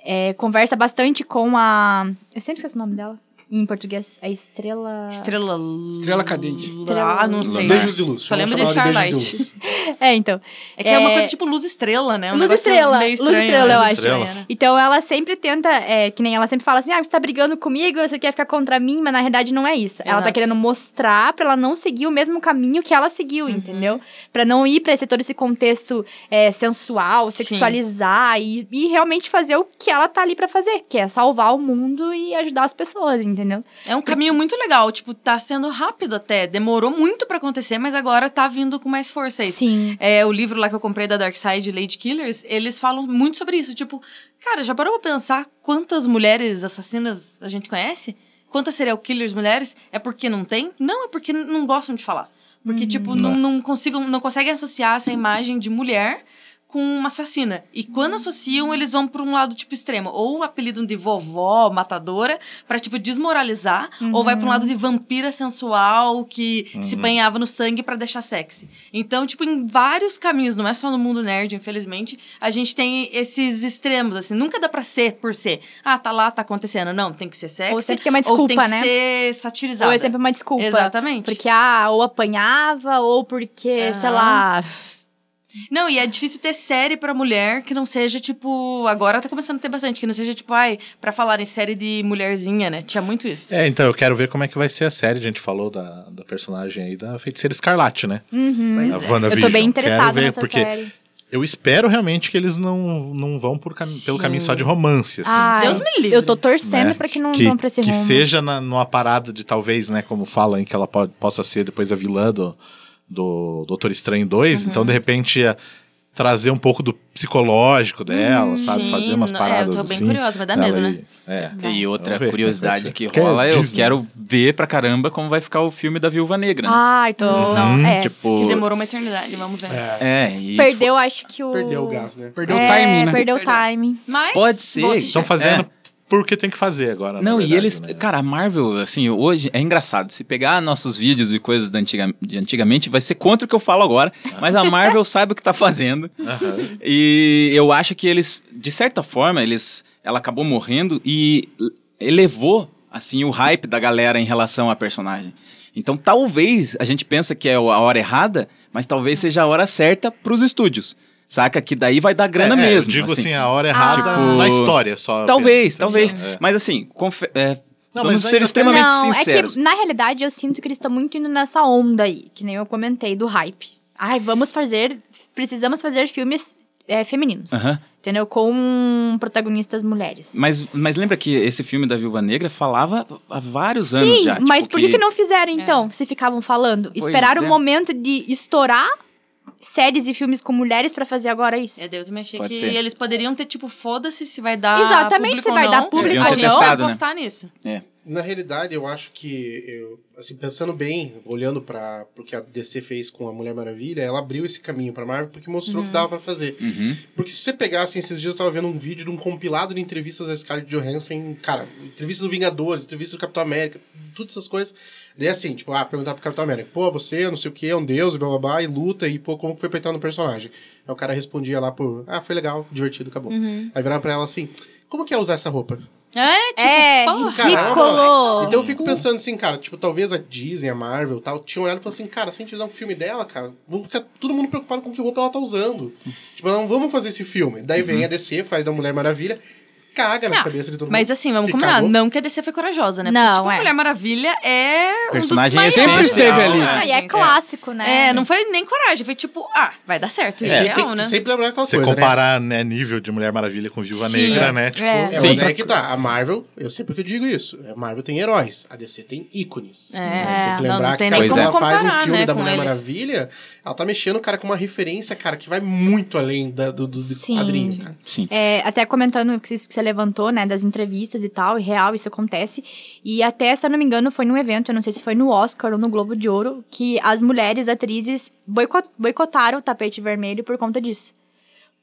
é, conversa bastante com a. Eu sempre esqueço o nome dela. Em português, é Estrela. Estrela. Estrela cadente. Estrela. Ah, não sei. Beijos de luz. Só Vamos lembro de chamar ela Starlight. de Beijos de luz. É, então. É que é... uma coisa tipo luz estrela, né? Um Luz negócio estrela, meio estranho, luz estrela, né? eu Luz acho. estrela. né? Então ela sempre tenta, é, que nem ela sempre fala assim: ah, você tá brigando comigo, você quer ficar contra mim, mas na realidade não é isso. Ela tá Exato. querendo mostrar pra ela não seguir o mesmo caminho que ela seguiu, Uhum. entendeu? Pra não ir pra esse, todo esse contexto é, sensual, Sim. sexualizar e, e realmente fazer o que ela tá ali pra fazer, que é salvar o mundo e ajudar as pessoas, entendeu? É um caminho muito legal, tipo, tá sendo rápido até. Demorou muito pra acontecer, mas agora tá vindo com mais força isso. Sim. É, o livro lá que eu comprei da Dark Side, Lady Killers, eles falam muito sobre isso. Tipo, cara, já parou pra pensar quantas mulheres assassinas a gente conhece? quantas serial killers mulheres, é porque não tem? Não, é porque n- não gostam de falar. Porque, tipo, não, não, consigam, não conseguem associar essa imagem de mulher com uma assassina. E quando associam, eles vão para um lado, tipo, extremo. Ou apelidam de vovó, matadora, para tipo, desmoralizar. Ou vai para um lado de vampira sensual, que se banhava no sangue para deixar sexy. Então, tipo, em vários caminhos, não é só no mundo nerd, infelizmente, a gente tem esses extremos, assim. Nunca dá pra ser por ser. Ah, tá lá, tá acontecendo. Não, tem É que ser sexy. Ou sempre tem uma ou tem desculpa, que né? ser satirizada. Ou é sempre uma desculpa. Exatamente. Porque, ah, ou apanhava, ou porque, sei lá. Não, e é difícil ter série pra mulher que não seja, tipo... Agora tá começando a ter bastante. Que não seja, tipo, ai, pra falar em série de mulherzinha, né? Tinha muito isso. É, então eu quero ver como é que vai ser a série. A gente falou da, da personagem aí da Feiticeira Escarlate, né? Uhum. é. Da WandaVision. Eu tô bem Quero interessada ver, nessa porque série. Eu espero realmente que eles não, não vão por cami- pelo caminho só de romance. assim. Ai, Deus me livre. Eu tô torcendo né? pra que não vão pra esse que rumo. seja na, numa parada de talvez, né, como falam aí, que ela po- possa ser depois a vilã do, do Doutor Estranho Uhum. 2. Então, de repente, ia trazer um pouco do psicológico dela, Hum, sabe? sim, Fazer umas não- é, paradas eu tô bem assim, curiosa, mas dá dela medo, né? ir- É. E outra Vamos ver como curiosidade vai ser. que Quer rola, eu Disney? quero ver pra caramba como vai ficar o filme da Viúva Negra. né? Ai, tô. É. Tipo, Que demorou uma eternidade, vamos ver. é, e Perdeu, acho que o. Perdeu o gás, né? Perdeu o É, timing, né? Perdeu o timing. Mas... Pode ser. vou assistir. Estão fazendo porque tem que fazer agora. na É. Não, e verdade, eles. né? Cara, a Marvel, assim, hoje é engraçado. Se pegar nossos vídeos e coisas da antiga- de antigamente, vai ser contra o que eu falo agora. Mas a Marvel <laughs> sabe o que tá fazendo. E eu acho que eles, de certa forma, eles. Ela acabou morrendo e elevou, assim, o hype da galera em relação à personagem. Então, talvez a gente pensa que é a hora errada, mas talvez seja a hora certa pros estúdios. Saca? Que daí vai dar grana É, é, eu mesmo. digo assim, a hora errada Tipo- na história só. Talvez, penso, talvez. pensando, é. Mas assim, confe- é, Não, vamos mas ser ainda extremamente não, sinceros. é que na realidade eu sinto que eles estão muito indo nessa onda aí, que nem eu comentei, do hype. Ai, vamos fazer. Precisamos fazer filmes é, femininos. Aham. Entendeu? Com protagonistas mulheres. Mas, mas lembra que esse filme da Viúva Negra falava há vários anos Sim, já. tipo, mas por que, que não fizeram então, se ficavam falando? Pois Esperaram é. o momento de estourar séries e filmes com mulheres pra fazer agora isso? É, daí eu também achei Pode que ser. eles poderiam ter, tipo, foda-se se vai dar Exatamente, público se ou vai não. dar público A ou gente não. vai Testado, né? apostar nisso. Na realidade, eu acho que, eu, assim, pensando bem, olhando para o que a DC fez com a Mulher Maravilha, ela abriu esse caminho para Marvel porque mostrou que dava para fazer. Porque se você pegasse, esses dias eu tava vendo um vídeo de um compilado de entrevistas da Scarlett Johansson, cara, entrevista do Vingadores, entrevista do Capitão América, todas essas coisas. Daí assim, tipo, ah, perguntar pro Capitão América, pô, você, não sei o que, é um deus, e blá blá blá, e luta, e pô, como que foi pra entrar no personagem? Aí o cara respondia lá por, ah, foi legal, divertido, acabou. Aí viraram pra ela assim, como que é usar essa roupa? É, tipo, É, porra. ridículo! Então eu fico pensando assim, cara, tipo, talvez a Disney, a Marvel e tal, tinham olhado e falado assim, cara, se a gente fizer um filme dela, cara, vamos ficar todo mundo preocupado com que roupa ela tá usando. tipo, não vamos fazer esse filme. Daí vem a DC, faz da Mulher Maravilha, caga na Não, cabeça de todo mundo. Mas assim, vamos que combinar. cagou. Não que a DC foi corajosa, né? Não, Porque, tipo, é. a Mulher Maravilha é Personagem um dos essencial, Sempre maiores. esteve ali. né? Ah, e é clássico, né? É, não foi nem coragem. Foi tipo, ah, vai dar certo. É, É, tem real, que né? sempre lembrar aquela Você coisa, né? comparar né, nível de Mulher Maravilha com Viúva Sim. Negra, né? Tipo, É. É, Sim. mas aí que tá. A Marvel, eu sempre que eu digo isso, a Marvel tem heróis, a DC tem ícones. Né, É, Tem que não, lembrar não tem que cara, nem Pois quando é. ela faz um comparar, filme né, da com Mulher eles. Maravilha, ela tá mexendo, cara, com uma referência, cara, que vai muito além da, do, do, do Sim. quadrinho, cara. Sim. É, até comentando que isso que você levantou, né, das entrevistas e tal, e real, isso acontece. E até, se eu não me engano, foi num evento, eu não sei se foi no Oscar ou no Globo de Ouro, que as mulheres atrizes boico- boicotaram o tapete vermelho por conta disso.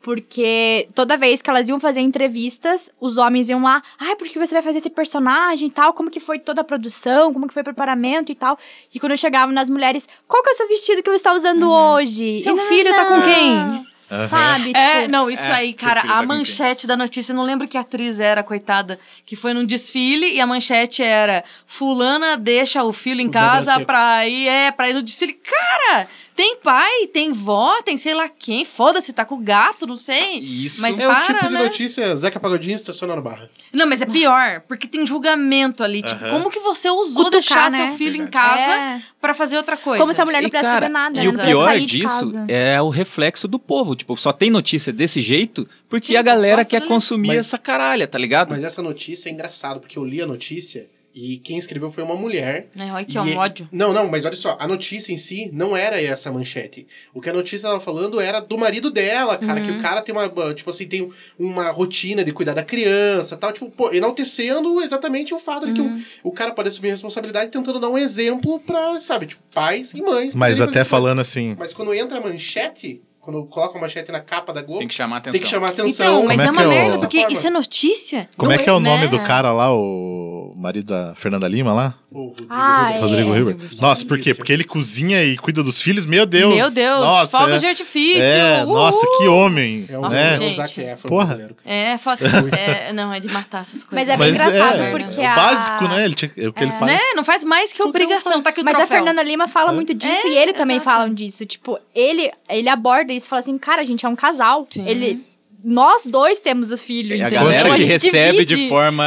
Porque toda vez que elas iam fazer entrevistas, os homens iam lá, ai, por que você vai fazer esse personagem e tal? Como que foi toda a produção? Como que foi o preparamento e tal? E quando chegavam nas mulheres, qual que é o seu vestido que você está usando hoje? Uhum. Seu E não, filho tá com não. Aham. Sabe? É, Tipo, não, isso É, aí, seu cara, filho tá a com manchete câncer. da notícia, eu não lembro que atriz era, coitada, que foi num desfile e a manchete era fulana deixa o filho em O Débora casa Seco. pra ir, é, pra ir no desfile. Cara, tem pai, tem vó, tem sei lá quem, foda-se, tá com gato, não sei. Isso. Mas- É o tipo Para, de né? notícia, Zeca Pagodinho estacionando barra. Não, mas é pior, porque tem julgamento ali, tipo, como que você usou Cutucar, deixar né? seu filho em Verdade. casa é. pra fazer outra coisa? Como se a mulher não E, pudesse cara, fazer nada, né? E o não pudesse pior sair de disso casa. é o reflexo do povo. Tipo, só tem notícia desse jeito porque Sim, a galera gosta quer do- consumir Mas- essa caralha, tá ligado? Mas essa notícia é engraçada, porque eu li a notícia E quem escreveu foi uma mulher. Né? Olha E- que é- é ódio. Não, não, mas olha só, a notícia em si não era essa manchete. O que a notícia tava falando era do marido dela, cara, Uhum. que o cara tem uma, tipo assim, tem uma rotina de cuidar da criança tal, tipo, pô, enaltecendo exatamente o fato de que Uhum. o, o cara pode assumir responsabilidade tentando dar um exemplo pra, sabe, tipo, pais e mães. Mas poderem fazer até isso, mas- falando assim, Mas quando entra a manchete, quando coloca a manchete na capa da Globo, Tem que chamar atenção. tem que chamar atenção. Então, mas Como é, é uma que é o- merda, Dessa porque forma. isso é notícia. como Não é que é o nome né? do cara lá, o marido da Fernanda Lima lá? Ô, Rodrigo, Ah, é. Rodrigo Hilbert. Nossa, por quê? Isso. Porque ele cozinha e cuida dos filhos? Meu Deus! Meu Deus, nossa, folga é- de artifício. É, uhul. nossa, que homem! É o, Nossa, né? é o gente. Zac Efron Porra. brasileiro. cara. É, <laughs> fala, é, não, é de matar essas coisas. Mas é bem Mas engraçado, é, porque é a- o básico, né? Ele tinha- é o que ele faz. Né? Não faz mais que obrigação, tá aqui o Mas a troféu. Fernanda Lima fala muito disso É, e ele também exato. falam disso. Tipo, ele, ele aborda isso e fala assim, cara, a gente é um casal. Sim. Ele, nós dois temos o filho, É a entendeu? Então, galera A que gente recebe divide. de forma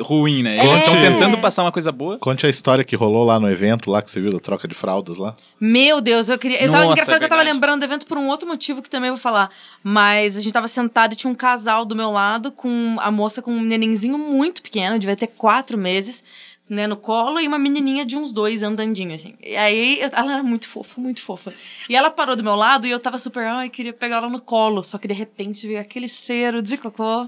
ruim, né? É. Eles estão tentando passar uma coisa boa. Conte a história que rolou lá no evento, lá que você viu da troca de fraldas lá. Meu Deus, eu queria. Eu tava, Nossa, engraçado é que eu tava verdade. lembrando do evento por um outro motivo que também eu vou falar. Mas a gente tava sentado e tinha um casal do meu lado com a moça com um nenenzinho muito pequeno, devia ter quatro meses, né, no colo, e uma menininha de uns dois andandinho, assim. E aí eu- ela era muito fofa, muito fofa. E ela parou do meu lado e eu tava super, ai, queria pegar ela no colo. Só que de repente veio aquele cheiro de cocô.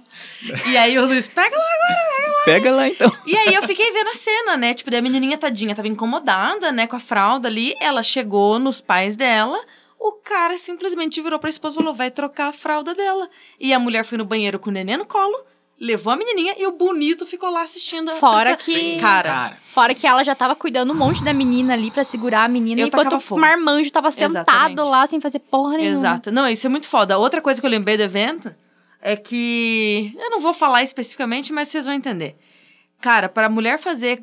E aí o Luiz, pega lá agora, pega lá. Pega lá então. E aí eu fiquei vendo a cena, né? Tipo, daí a menininha tadinha tava incomodada, né, com a fralda ali. Ela chegou nos pais dela. O cara simplesmente virou pra esposa e falou: vai trocar a fralda dela. E a mulher foi no banheiro com o neném no colo, levou a menininha e o bonito ficou lá assistindo. a Fora apresenta- que- Cara, Fora que ela já tava cuidando um monte da menina ali pra segurar a menina, Eu enquanto tacava o fogo. marmanjo tava sentado Exatamente. lá sem fazer porra nenhuma. Exato. Não, isso é muito foda. Outra coisa que eu lembrei do evento é que. Eu não vou falar especificamente, mas vocês vão entender. Cara, para a mulher fazer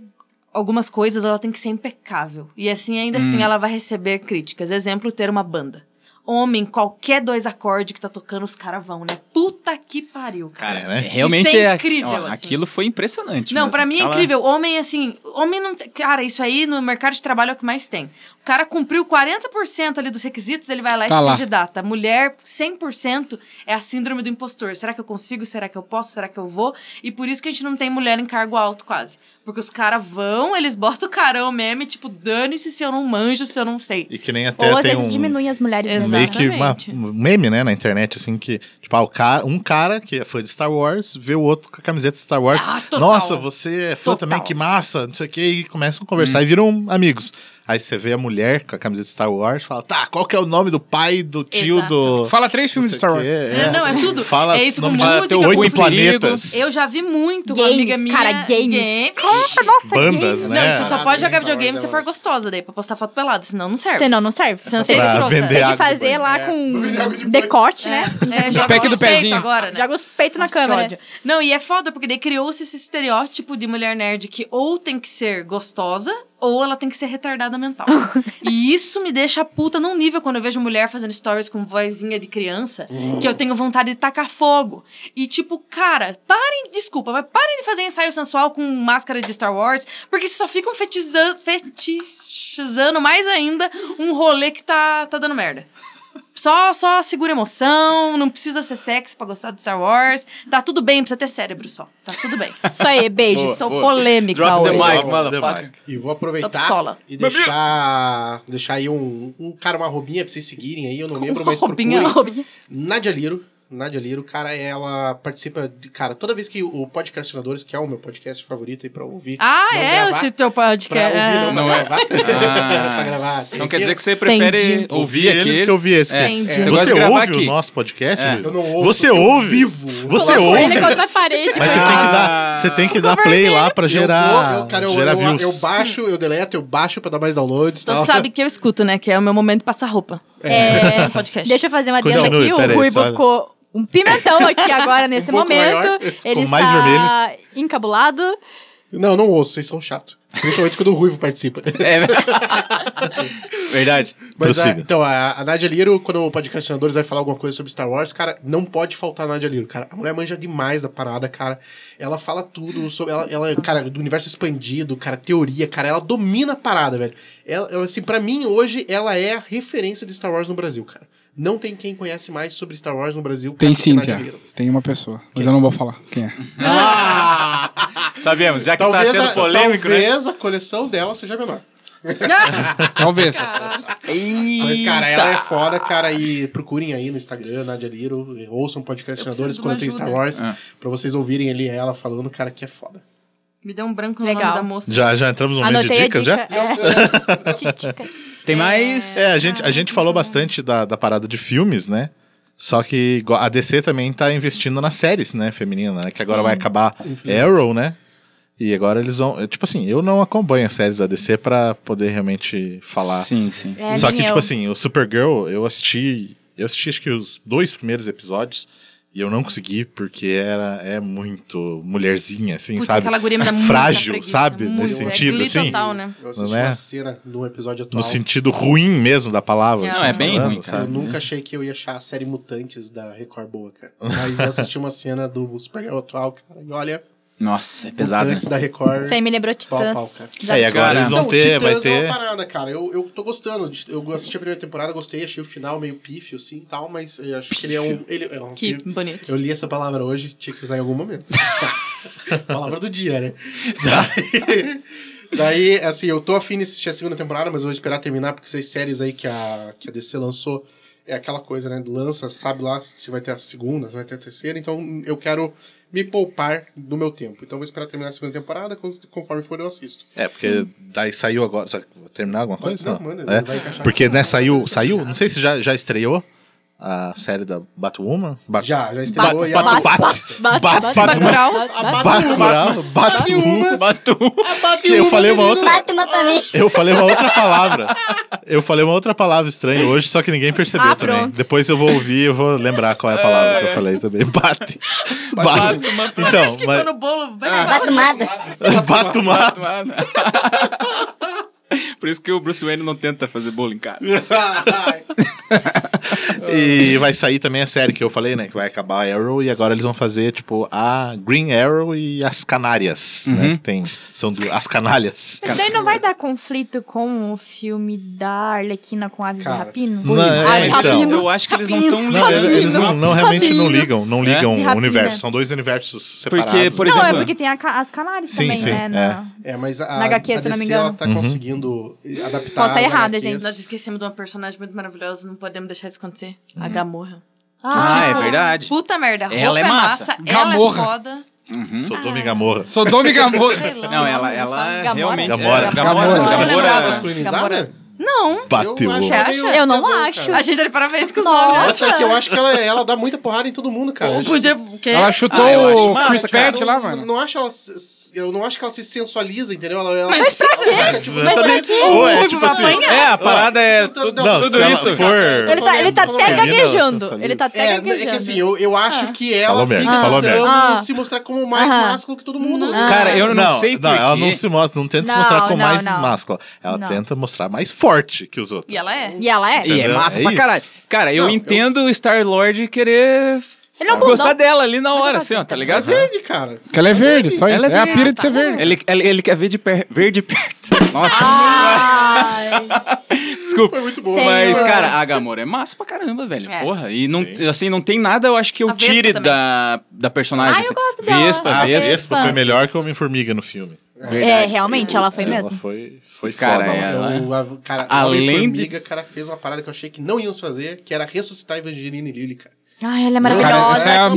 algumas coisas, ela tem que ser impecável. E assim, ainda assim, ela vai receber críticas. Exemplo, ter uma banda. Homem, qualquer dois acordes que tá tocando, os caras vão, né? Puta que pariu, cara. Cara, É, né? realmente Isso é é, incrível, ó, assim. Aquilo foi impressionante. Não, mesmo. pra mim é Aquela- incrível. Homem, assim, homem não. tem- Cara, isso aí no mercado de trabalho é o que mais tem. O cara cumpriu 40% ali dos requisitos, ele vai lá e Tá se lá. candidata. Mulher, 100% é a síndrome do impostor. Será que eu consigo? Será que eu posso? Será que eu vou? E por isso que a gente não tem mulher em cargo alto, quase. Porque os caras vão, eles botam o carão mesmo e, tipo, dane-se se eu não manjo, se eu não sei. E que nem até Ou às tem vezes um... diminuem as mulheres um Exato. nessa- meio que uma, Exatamente. um meme, né, na internet, assim, que, tipo, ah, o cara, um cara que é fã de Star Wars vê o outro com a camiseta de Star Wars. Ah, total. Nossa, você é fã Total. também, que massa, não sei o quê, e começam a Hum. conversar e viram amigos. Aí você vê a mulher com a camiseta de Star Wars e fala, tá, qual que é o nome do pai, do tio, Exato. do. Fala três filmes não sei de Star o Wars. quê, É, não, é tudo. Fala É isso com nome de música, Fala teu com oito oito planetas. Eu já vi muito uma Games, amiga minha. cara, games. Vixe. Nossa, nossa, Bandas, games. Não, né? você só Parada, pode Star jogar Wars videogame se é for massa. gostosa daí, pra postar foto pelada, senão não serve. Senão não serve. Senão você é Tem pra escrota. vender que água fazer do lá Vender água de banho. com decote, né? É, joga Pack os do peitos pezinho. agora, né? Joga os peitos na Nossa, que câmera. ódio. Não, e é foda, porque daí criou-se esse estereótipo de mulher nerd que ou tem que ser gostosa, ou ela tem que ser <laughs> retardada mental. e isso me deixa puta num nível quando eu vejo mulher fazendo stories com vozinha de criança, que eu tenho vontade de tacar fogo. E tipo, cara, parem, desculpa, mas parem de fazer ensaio sensual com máscara de Star Wars, porque só ficam fetichizando, fetichizando mais ainda um rolê que tá, tá dando merda. Só, só segura emoção, não precisa ser sexy pra gostar de Star Wars. Tá tudo bem, precisa ter cérebro só. Tá tudo bem. Isso aí, beijo. Boa, Sou boa. polêmica Drop the hoje. mic, Drop the motherfucker. mic. E vou Tô aproveitar pistola. e deixar, deixar aí um, um cara, uma robinha pra vocês seguirem aí, eu não lembro, mas procurem. robinha, uma robinha. Nádia Liro. Nádia Liro, cara, ela participa. de- cara, toda vez que o podcastinadores, que é o meu podcast favorito aí pra ouvir. Ah, não é gravar, esse teu Pra podcast. ouvir, não, Não pra é. gravar. <laughs> <laughs> Ah. pra gravar. Então quer dizer que você prefere Entendi. ouvir ele aquele. que eu vi esse. É. Você, Entendi. Você gosta de gravar ouve aqui? o nosso podcast? É. Luiz? Eu não ouço, Você porque eu ouve? vivo. Você Colocou ouve? ele contra a parede. Mas você tem que dar, Ah. você tem que dar play lá pra gerar, eu, vou- eu, cara, eu, gerar eu, eu, views. baixo, eu deleto, eu baixo pra dar mais downloads e Todo tal. sabe que eu escuto, né? Que é o meu momento de passar roupa. É, No podcast. Deixa eu fazer uma adendo Continue, aqui. O peraí, Ruivo só- ficou um pimentão aqui agora, nesse pouco momento. maior, Ele mais está vermelho. encabulado. <laughs> Não, não ouço, vocês são chatos. Principalmente quando o Ruivo participa. É. Verdade. <laughs> Mas, a, Prossiga. então, a, a Nadia Liro, quando o podcastinadores vai falar alguma coisa sobre Star Wars, cara, não pode faltar a Nadia Liro, cara. A mulher manja demais da parada, cara. Ela fala tudo sobre. Ela, ela, cara, do universo expandido, cara, teoria, cara. Ela domina a parada, velho. Ela, ela, assim, pra mim, hoje, ela é a referência de Star Wars no Brasil, cara. Não tem quem conhece mais sobre Star Wars no Brasil. cara, Tem do que sim, Nadia Pia. Liro. <laughs> é. Tem uma pessoa. Mas eu não vou falar quem é. Ah! Sabemos, já que Talvez, tá sendo a, polêmico, né? talvez a coleção dela seja menor. Talvez. Mas, cara, ela é foda, cara. E procurem aí no Instagram, Nadia Liro, e ouçam podcastinadores preciso de quando tem uma Star ajuda. Wars, É. pra vocês ouvirem ali ela falando, cara, que é foda. Me deu um branco no Legal. nome da moça. Já, já entramos no meio de Anotei dicas, a já? dica. É. Titicas. Tem mais. É, a gente, a gente falou bastante da, da parada de filmes, né? Só que igual- a DC também tá investindo nas séries, né, feminina, né? Que agora vai acabar Arrow, né? E agora eles vão. Tipo assim, eu não acompanho as séries da DC pra poder realmente falar. Sim, sim. É, Só nem que, eu. tipo assim, o Supergirl, eu assisti. Eu assisti acho que os dois primeiros episódios e eu não consegui, porque era é muito mulherzinha, assim, Putz, sabe? aquela guria me dá muita Frágil, preguiça, sabe? muito. Nesse sentido, é, assim. Total, né? Eu assisti Não é? uma cena no episódio atual. No sentido ruim mesmo da palavra. É, assim, não, é bem falando, ruim, cara. Eu sabe? nunca achei que eu ia achar a série Mutantes da Record boa, cara. Mas eu assisti uma cena do Supergirl atual, cara, e olha, Nossa, é pesado, né? <laughs> Mutantes da Record. Isso aí me lembrou Pau, pau, Titãs. cara. É, e agora Cara, eles vão Não, ter, Titãs vai é ter. uma parada, cara. Eu, eu tô gostando. de- Eu assisti a primeira temporada, gostei, achei o final meio pífio, assim, e tal, mas eu acho que ele é um... Ele, é um Que pífio. bonito. Eu li essa palavra hoje, tinha que usar em algum <laughs> momento. Tá. palavra do dia, né? Daí, daí, assim, eu tô afim de assistir a segunda temporada, mas eu vou esperar terminar, porque essas séries aí que a, que a DC lançou é aquela coisa, né? Lança, sabe lá se vai ter a segunda, se vai ter a terceira, então eu quero me poupar do meu tempo. Então eu vou esperar terminar a segunda temporada, con- conforme for eu assisto. É, porque daí saiu agora. só- Vou terminar alguma coisa? Não, Não, manda, É, vai encaixar. Porque, né, saiu. Saiu, não sei se já, já estreou a série da Batwoman. Bat- Já, já estreou e Bat- a... Bat- Bat- Bat- Bacurau. Batural, Batwoman. Que Eu falei uma outra. Bate uma pra mim. Eu falei uma outra palavra. Eu falei uma outra palavra estranha hoje, só que ninguém percebeu Ah, também. pronto. Depois eu vou ouvir e eu vou lembrar qual é a palavra que eu falei também. Bate. Bate. Então, Parece que mas. quando o bolo vai Bate mada. Bato mato. Por isso que o Bruce Wayne não tenta fazer bolo em casa. E vai sair também a série que eu falei, né? Que vai acabar a Arrow e agora eles vão fazer, tipo, a Green Arrow e as Canárias, né? Que tem, são du- as <laughs> Canalhas. Mas daí não vai dar conflito com o filme da Arlequina com Aves Cara, de Rapino? Não, é, Aves de então. Rapino. Eu acho que eles não estão Não, ligando. eles não, não realmente não ligam, não É? ligam De o rapina. universo. São dois universos Porque, separados. por Não, é exemplo- porque tem a ca- as Canárias Sim, também, sim, né? é. na- <laughs> É, mas a, Na HQ, a se não me DC, ela engano. Uhum. tá conseguindo adaptar Posso tá as errado, HQs. gente. Nós esquecemos de uma personagem muito maravilhosa, não podemos deixar isso acontecer. A Gamorra. Ah, é Tipo, verdade. Puta merda, a roupa Ela é é massa, massa. ela é Gamorra. foda. Uhum. Sodoma e Gamorra. Sodoma e Gomorra. Sei lá, Não, o ela, nome, fala ela Gamora. realmente. Gamora. É, Gamora. Mas Gamora. ela Gamora. tá Gamora. masculinizada? Não, Bateu. Eu acho Você meio acha? Eu não casão, cara. acho. a gente tá de parabéns com os É. Nossa. nomes. Nossa, é que eu acho que ela, ela dá muita porrada em todo mundo, cara. Eu Ou acho- podia- é o quê? Ela chutou Ah, eu acho o massa, Chris cara. Pratt lá, Eu mano. não acho ela se- eu não acho que ela se sensualiza, entendeu? Ela, ela Mas pra quê? Cara, tipo, Mas pra parece- quê? Ou é, O tipo vai assim, apanhar. É, a parada é. Então, Tudo, Não, tudo se ela isso. for- Ele tá, ele tá Falando até merda, gaguejando. nossa, Ele tá até É, é gaguejando. que assim, eu, eu acho que ela Falou fica merda, falou merda. tentando Ah. se mostrar como mais Aham. másculo que todo mundo. Ah. Cara, eu não, sei não, ela porquê. não se mostra, não tenta se Não, mostrar como não, mais não. máscula. Ela Não. tenta mostrar mais forte que os outros. E ela é. E ela é. E é Entendeu? massa É pra isso. caralho. Cara, eu Não, eu- entendo o Star-Lord querer Ele é um gostar bundão. dela ali na hora, eu assim, ó, tá É ligado? verde, cara. Porque ela é verde, só isso. Ela é É, a verde. pira de ser verde. Ele, ele, ele quer ver de per... ver de perto. Nossa, <laughs> desculpa. Foi muito bom. Mas, Senhor. cara, a Gamora é massa pra caramba, velho. É. Porra. E não, assim, não tem nada, eu acho que eu A Vespa tire também. da, da personagem. Ah, eu assim. gosto dela. Ah, Vespa, A Vespa. Vespa foi melhor que o Homem-Formiga no filme. É, realmente, ela foi mesmo. Ela foi, foi Cara, foda. é- lá. Ela Eu, a, cara, Além Além de- formiga, cara, fez uma parada que eu achei que não iam fazer, que era ressuscitar Evangeline Lily, cara. Ai, ela é Cara, maravilhosa. essa é a, que é a-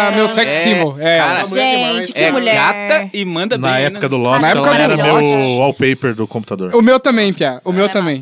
mulher. meu sex É, symbol. É, cara, mulher demais, Gente, que É cara. mulher. gata e manda Na bem. época né? do Lost, Na época ela do era meu Lost. wallpaper do computador. o meu também, Pia. O meu também.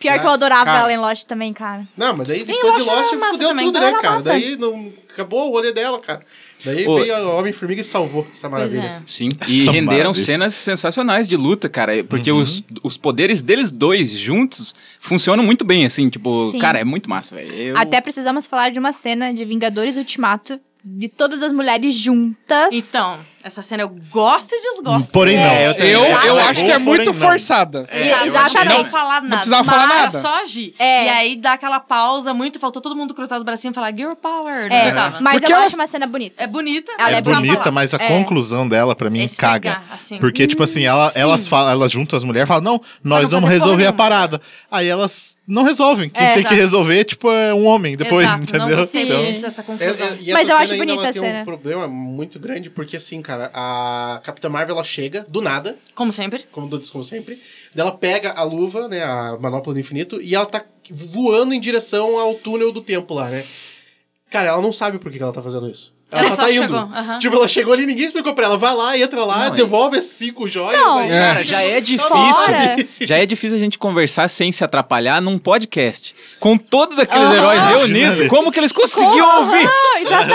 Pior que eu adorava Cara. ela em Lost também, cara. Não, mas daí Sim, depois de Lost era Lost massa fudeu também, tudo, então né, era cara? massa. Daí não... acabou o rolê dela, cara. Daí Ô. veio o Homem-Formiga e salvou essa Pois maravilha. é. Sim, e Essa renderam maravilha. Uhum. cenas sensacionais de luta, cara. Porque os, os poderes deles dois juntos funcionam muito bem, assim. Tipo, Sim. cara, é muito massa, velho. Eu- Até precisamos falar de uma cena de Vingadores Ultimato, de todas as mulheres juntas. Então, essa cena eu gosto e desgosto. É, Porém, não. É, eu também. Eu, eu Ela é acho boa, que é porém muito não. forçada. Tá E- Não precisava exatamente. falar nada. precisava falar Mas era nada. só agir. É. E aí dá aquela pausa muito, faltou todo mundo cruzar os bracinhos e falar Girl Power. Não É, precisava. mas Porque eu ela- acho uma cena bonita. É bonita, Ela é, é precisava bonita, falar. mas a É. conclusão dela, pra mim, Esfregar, caga. assim. Porque, tipo assim, ela, elas, falam, elas juntam as mulheres e falam, não, nós vamos não fazer porra resolver a nenhuma. parada. Aí elas não resolvem. Quem tem exato. que resolver, tipo, é um homem depois, Exato, entendeu? Não gostei Então, disso, essa É, é, conclusão. e essa Mas eu cena acho ainda, bonita ela a tem um cena. problema muito grande, porque assim, cara, a Capitã Marvel ela chega do nada, Como sempre. como todos como sempre. Daí Ela pega a luva, né, a manopla do infinito e ela tá voando em direção ao túnel do tempo lá, né? Cara, ela não sabe por que que ela tá fazendo isso. Ela, Ela só É, só tá indo. chegou, aham. Tipo, ela chegou ali, ninguém explicou pra ela. Vai lá, entra lá, Não, é- devolve as cinco joias. Não. aí. Cara, <laughs> já é Fora. difícil. Já é difícil a gente conversar sem se atrapalhar num podcast. Com todos aqueles heróis reunidos, como que eles conseguiam ouvir?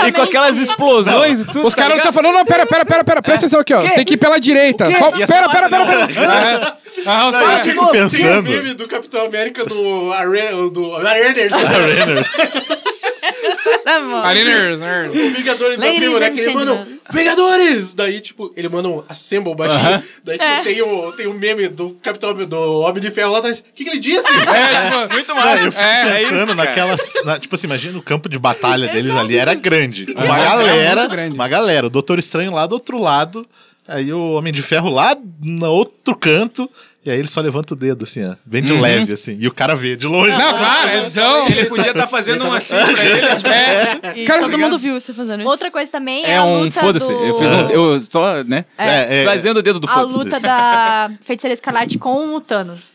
E com aquelas explosões e tudo. tá Os caras não estão falando, não, pera, pera, pera, pera, presta atenção aqui, ó. Você tem que ir pela direita. É. O quê? Só, E pera, essa Tá pera, passa, pera, pera. <laughs> É. Ah, os Não, caras- eu fico digo, pensando. Tem o meme do Capitão América do Arena, do né? Areners, Areners, né? o Vingadores Ladies Assemble, né? and Que ele manda gentlemen. um, Vingadores! Daí, tipo, ele manda um Assemble baixinho. Daí, É. tipo, tem, o, tem o meme do Capitão do Homem de Ferro lá atrás. O que, que ele disse? Tá É, tipo, Então, muito Não, eu fico É, pensando naquelas. na- tipo assim, imagina o campo de <laughs> batalha deles ali, era grande. Uma galera. É, muito grande. Uma galera. O Doutor Estranho lá do outro lado. Aí o Homem de Ferro lá no outro canto. E aí ele só levanta o dedo, assim, ó. Bem de leve, assim. E o cara vê de longe. Uhum. Não, claro, é visão. Ele podia estar fazendo um assim pra ele. É. E Cara, todo tá mundo viu você fazendo isso. Outra coisa também é, É a um luta foda-se. do... Eu fiz um. Eu só, né? É, é. Fazendo o dedo do a foda-se. luta da Feiticeira Escarlate com o Thanos.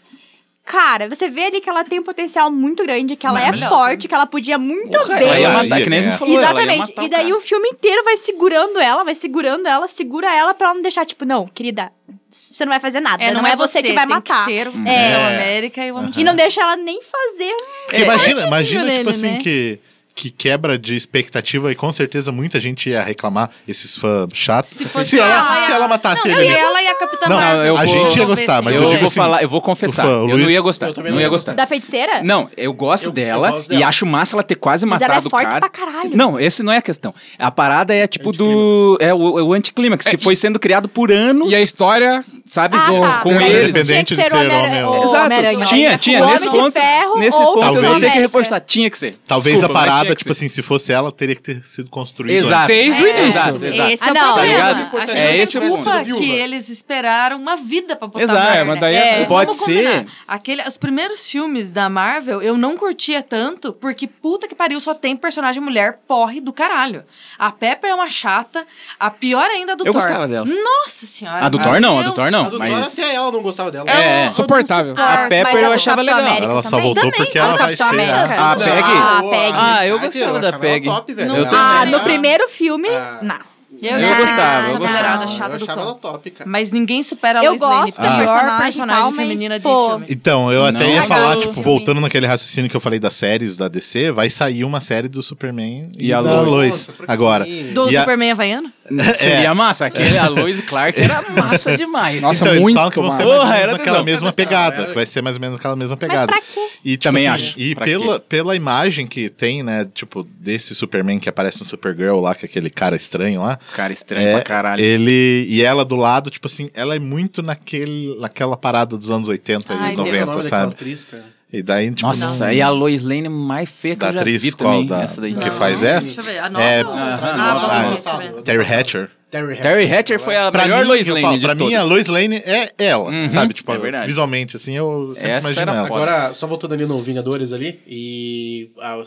Cara, você vê ali que ela tem um potencial muito grande, que ela é Maravilhosa. forte, que ela podia muito Ela bem. ia Ela matar, ia que nem a gente ganhar. falou. ela ia Exatamente. matar E daí o filme inteiro vai segurando ela, vai segurando ela, segura ela pra ela não deixar, tipo, não, querida, você não vai fazer nada. É, não, é você, que vai tem matar. ser É. o Capitão América e o Homem de E não deixa ela nem fazer um. É, Porque imagina, imagina dele, tipo assim, né? que, que quebra de expectativa e com certeza muita gente ia reclamar, esses fãs chatos. Se, fosse ela, ela, se ela- ela matasse Não, Ah, ele. se é. ali. ela e a Capitã Não, Marvel. eu- a gente ia resolver gostar, esse mas Eu, eu rolê. digo vou assim, falar, eu vou confessar. o fã, o eu Luiz- não ia gostar. Eu Tá, também Não não ia ia gostar. um Da feiticeira? Não, eu gosto Eu- eu dela gosto dela. e acho massa ela ter quase Mas matado ela é forte o cara. pra caralho. Não, esse não é a questão. A parada é tipo do. É o, é o anticlímax, que foi sendo criado por anos, E a história. sabe? Ah, com- tá. Com Daí eles. Independente tinha que de ser Homem- Homem-Aranha. o né? Exato. Homem-Aranha. Tinha, tinha. O nesse Homem de ponto, Ferro nesse ou ponto eu vou ter Capitão que Talvez. reforçar. Tinha que ser. Talvez Desculpa, a mas parada, tinha que tipo ser. assim, se fosse ela, teria que ter sido construída. Exato. Desde o início. Exato, exato. Esse é Ah, o não, tá problema. ligado? a gente É não esse o tem ponto. culpa Viúva. que eles esperaram uma vida pra botar Exato, no ar, mas né? daí é- Tipo, pode vamos ser. combinar. Aquele, os primeiros filmes da Marvel eu não curtia tanto, porque puta que pariu, só tem personagem mulher porre do caralho. A Pepper é uma chata, a pior ainda é do Eu Thor. gostava dela. Nossa senhora. A Ah, do Thor não, a do Eu- Thor A não. do Thor, Mas. até ela não gostava dela. É. Suportável. Ah, A Pepper mas eu do achava Capitão legal. América Agora ela só também. voltou Também, porque a ela do vai Capitão ser. América. a- A Não, o- Peg? Ah, a Peg. United, Ah, eu gostava ela da achava Peg. ela top, velho. No- Eu também. Ah, achava no ela- primeiro filme, Ah. não. Eu, Eu tinha gostava, essa eu mulherada gostava. chata eu do achava ela Thor. top, cara. Mas ninguém supera a Eu Lois Lane, gosto da pior personagem e personagem tal, mas, feminina pô, de filme. Então, eu até Não. ia Legal, falar, eu tipo, também. voltando naquele raciocínio que eu falei das séries da DC, vai sair uma série do Superman e, E a da Lois. Lois Nossa, pra agora. quê? Do E a- Superman Havaiano? É. Seria massa. <laughs> Aquele a Lois Clark era massa demais. Nossa, Então, eles muito falam que vão ser massa. mais ou Porra, menos era aquela tesão. mesma Mas pra pegada. caralho. Vai ser mais ou menos aquela mesma pegada. pra quê? E, tipo, Também assim, acho. E Pra pela, pela imagem que tem, né, tipo, desse Superman que aparece no Supergirl lá, que é aquele cara estranho lá. é, Cara, estranho pra caralho. Ele e ela do lado, tipo assim, ela é muito naquele, naquela parada dos anos 80 Ai, e Qual é o Deus. 90, nome daquela sabe? atriz, cara? E daí, tipo, Nossa, não- e a Lois Lane é mais feia que da eu já vi atriz qual também. da, essa daí. que faz Não. essa? Deixa eu ver. A nova? É, ou Ah, a outra? ah, Ah, nova, vamos né? ver, deixa eu ver. Terry Hatcher. Terry Hatcher. Terry Hatcher foi a Pra melhor mim, Lois eu Lane falo, de pra mim, todas. a Lois Lane é ela, sabe? Tipo, é verdade. visualmente, assim, eu sempre Essa era imagino ela. foda. Agora, só voltando ali no Vingadores ali, e a-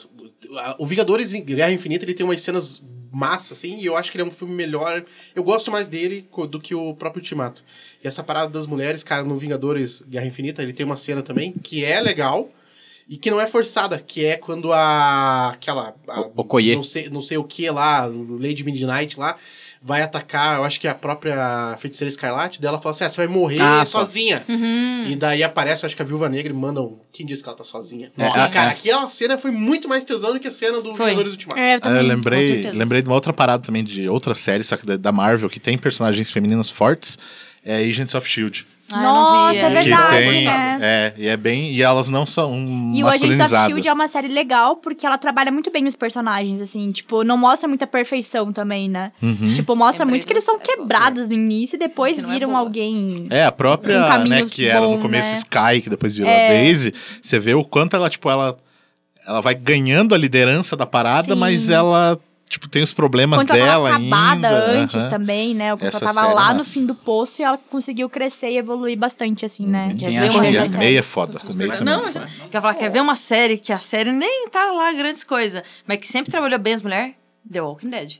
a- o Vingadores em Guerra Infinita, ele tem umas cenas massa, assim, e eu acho que ele é um filme melhor. Eu gosto mais dele co- do que o próprio Ultimato. E essa parada das mulheres, cara, no Vingadores Guerra Infinita, ele tem uma cena também que é legal e que não é forçada, que é quando a... aquela... a- O- Okoye. Não sei, não sei o que lá, Lady Midnight lá, vai atacar, eu acho que é a própria Feiticeira Escarlate, dela fala assim, ah, você vai morrer Ah, só. sozinha. Uhum. E daí aparece, eu acho que a Viúva Negra e manda um... Quem disse que ela tá sozinha? É, Nossa, é, cara, é. aquela cena foi muito mais tesão do que a cena do Foi. Vingadores Ultimato. É, eu Ah, eu também. com lembrei, certeza. lembrei de uma outra parada também, de outra série, só que da, da Marvel, que tem personagens femininas fortes, é Agents of S.H.I.E.L.D., Ah, eu não vi Nossa, é essa. que verdade, tem, né? é, e é bem, e elas não são E o Agents of masculinizadas. S.H.I.E.L.D. é uma série legal porque ela trabalha muito bem os personagens, assim. Tipo, não mostra muita perfeição também, né? Uhum. Tipo, mostra Lembrei muito que eles são dessa, é boa. quebrados no início e depois Que não é viram boa. alguém... É, a própria, Um caminho né, que era bom, no começo né? Sky, que depois virou a Daisy, você vê o quanto ela, tipo, ela, ela vai ganhando a liderança da parada, Sim. mas ela, tipo, tem os problemas Quanto dela ela tava acabada ainda. antes aham. também, né? Porque Essa ela tava série é lá no massa. fim do poço e ela conseguiu crescer e evoluir bastante, assim, né? Uhum. Quer Quem ver acha uma que E é a outra série? meia é foda. com meia também. Não, mas eu ia falar, quer ver uma série que a série nem tá lá grandes coisas, mas que sempre trabalhou bem as mulheres? The Walking Dead.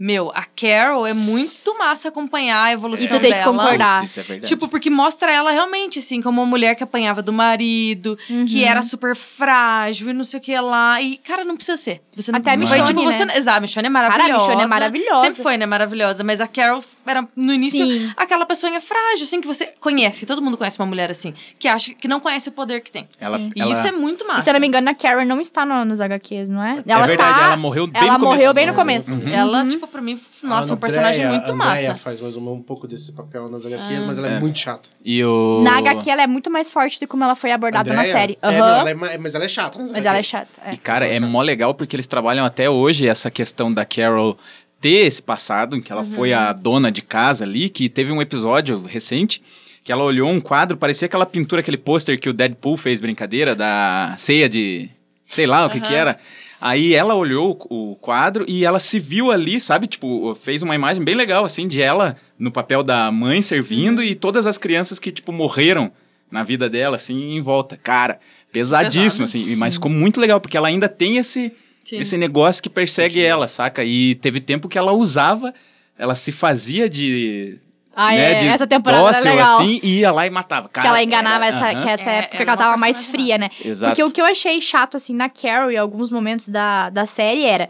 Meu, a Carol é muito massa acompanhar a evolução Isso tem que dela. concordar. Putz, Isso é verdade. Tipo, porque mostra ela realmente, assim, como uma mulher que apanhava do marido, Uhum. que era super frágil e não sei o que lá. E, cara, não precisa ser. Você não, Até a não- Michonne, tipo, você, né? Exato, a Michonne é a maravilhosa. Michonne é maravilhosa. Sempre foi, né? Maravilhosa. Mas a Carol era, no início, Sim. aquela pessoinha frágil, assim, que você conhece. Todo mundo conhece uma mulher assim, que acha que não conhece o poder que tem. Ela- e ela- isso é muito massa. E, se eu não me engano, a Karen não está no- nos HQs, não é? Ela verdade, tá- ela morreu bem ela no começo. Uhum. morreu bem no começo. Ela, tipo, pra mim, nossa, A um personagem é Andrea- muito a massa. Andrea faz mais um, um pouco desse papel nas Ah. HQs, mas ela é, muito chata. E o... Na HQ, ela é muito mais forte do que como ela foi abordada na Andrea? série. É, Aham. não, ela é ma- mas ela é chata nas Mas ela é HQs. chata. é. E, cara, é mó legal porque eles trabalham até hoje essa questão da Carol ter esse passado, em que ela Uhum. foi a dona de casa ali, que teve um episódio recente que ela olhou um quadro, parecia aquela pintura, aquele pôster que o Deadpool fez brincadeira da ceia de. sei lá o que que era. Aí ela olhou o o quadro e ela se viu ali, sabe? Tipo, fez uma imagem bem legal, assim, de ela no papel da mãe servindo e todas as crianças que, tipo, morreram na vida dela, assim, em volta. Cara, pesadíssimo, Pesado. assim. Mas ficou muito legal, porque ela ainda tem esse, Sim. esse negócio que persegue ela, saca? E teve tempo que ela usava, ela se fazia de. Ah, né, é, de essa temporada era dócil, legal. assim, e ia lá e matava. Cara, que ela enganava essa, aham. que essa É, época que era ela uma tava mais personagem fria, né? massa. Exato. Porque o que eu achei chato, assim, na Carol em alguns momentos da, da série era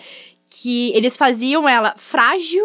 que eles faziam ela frágil.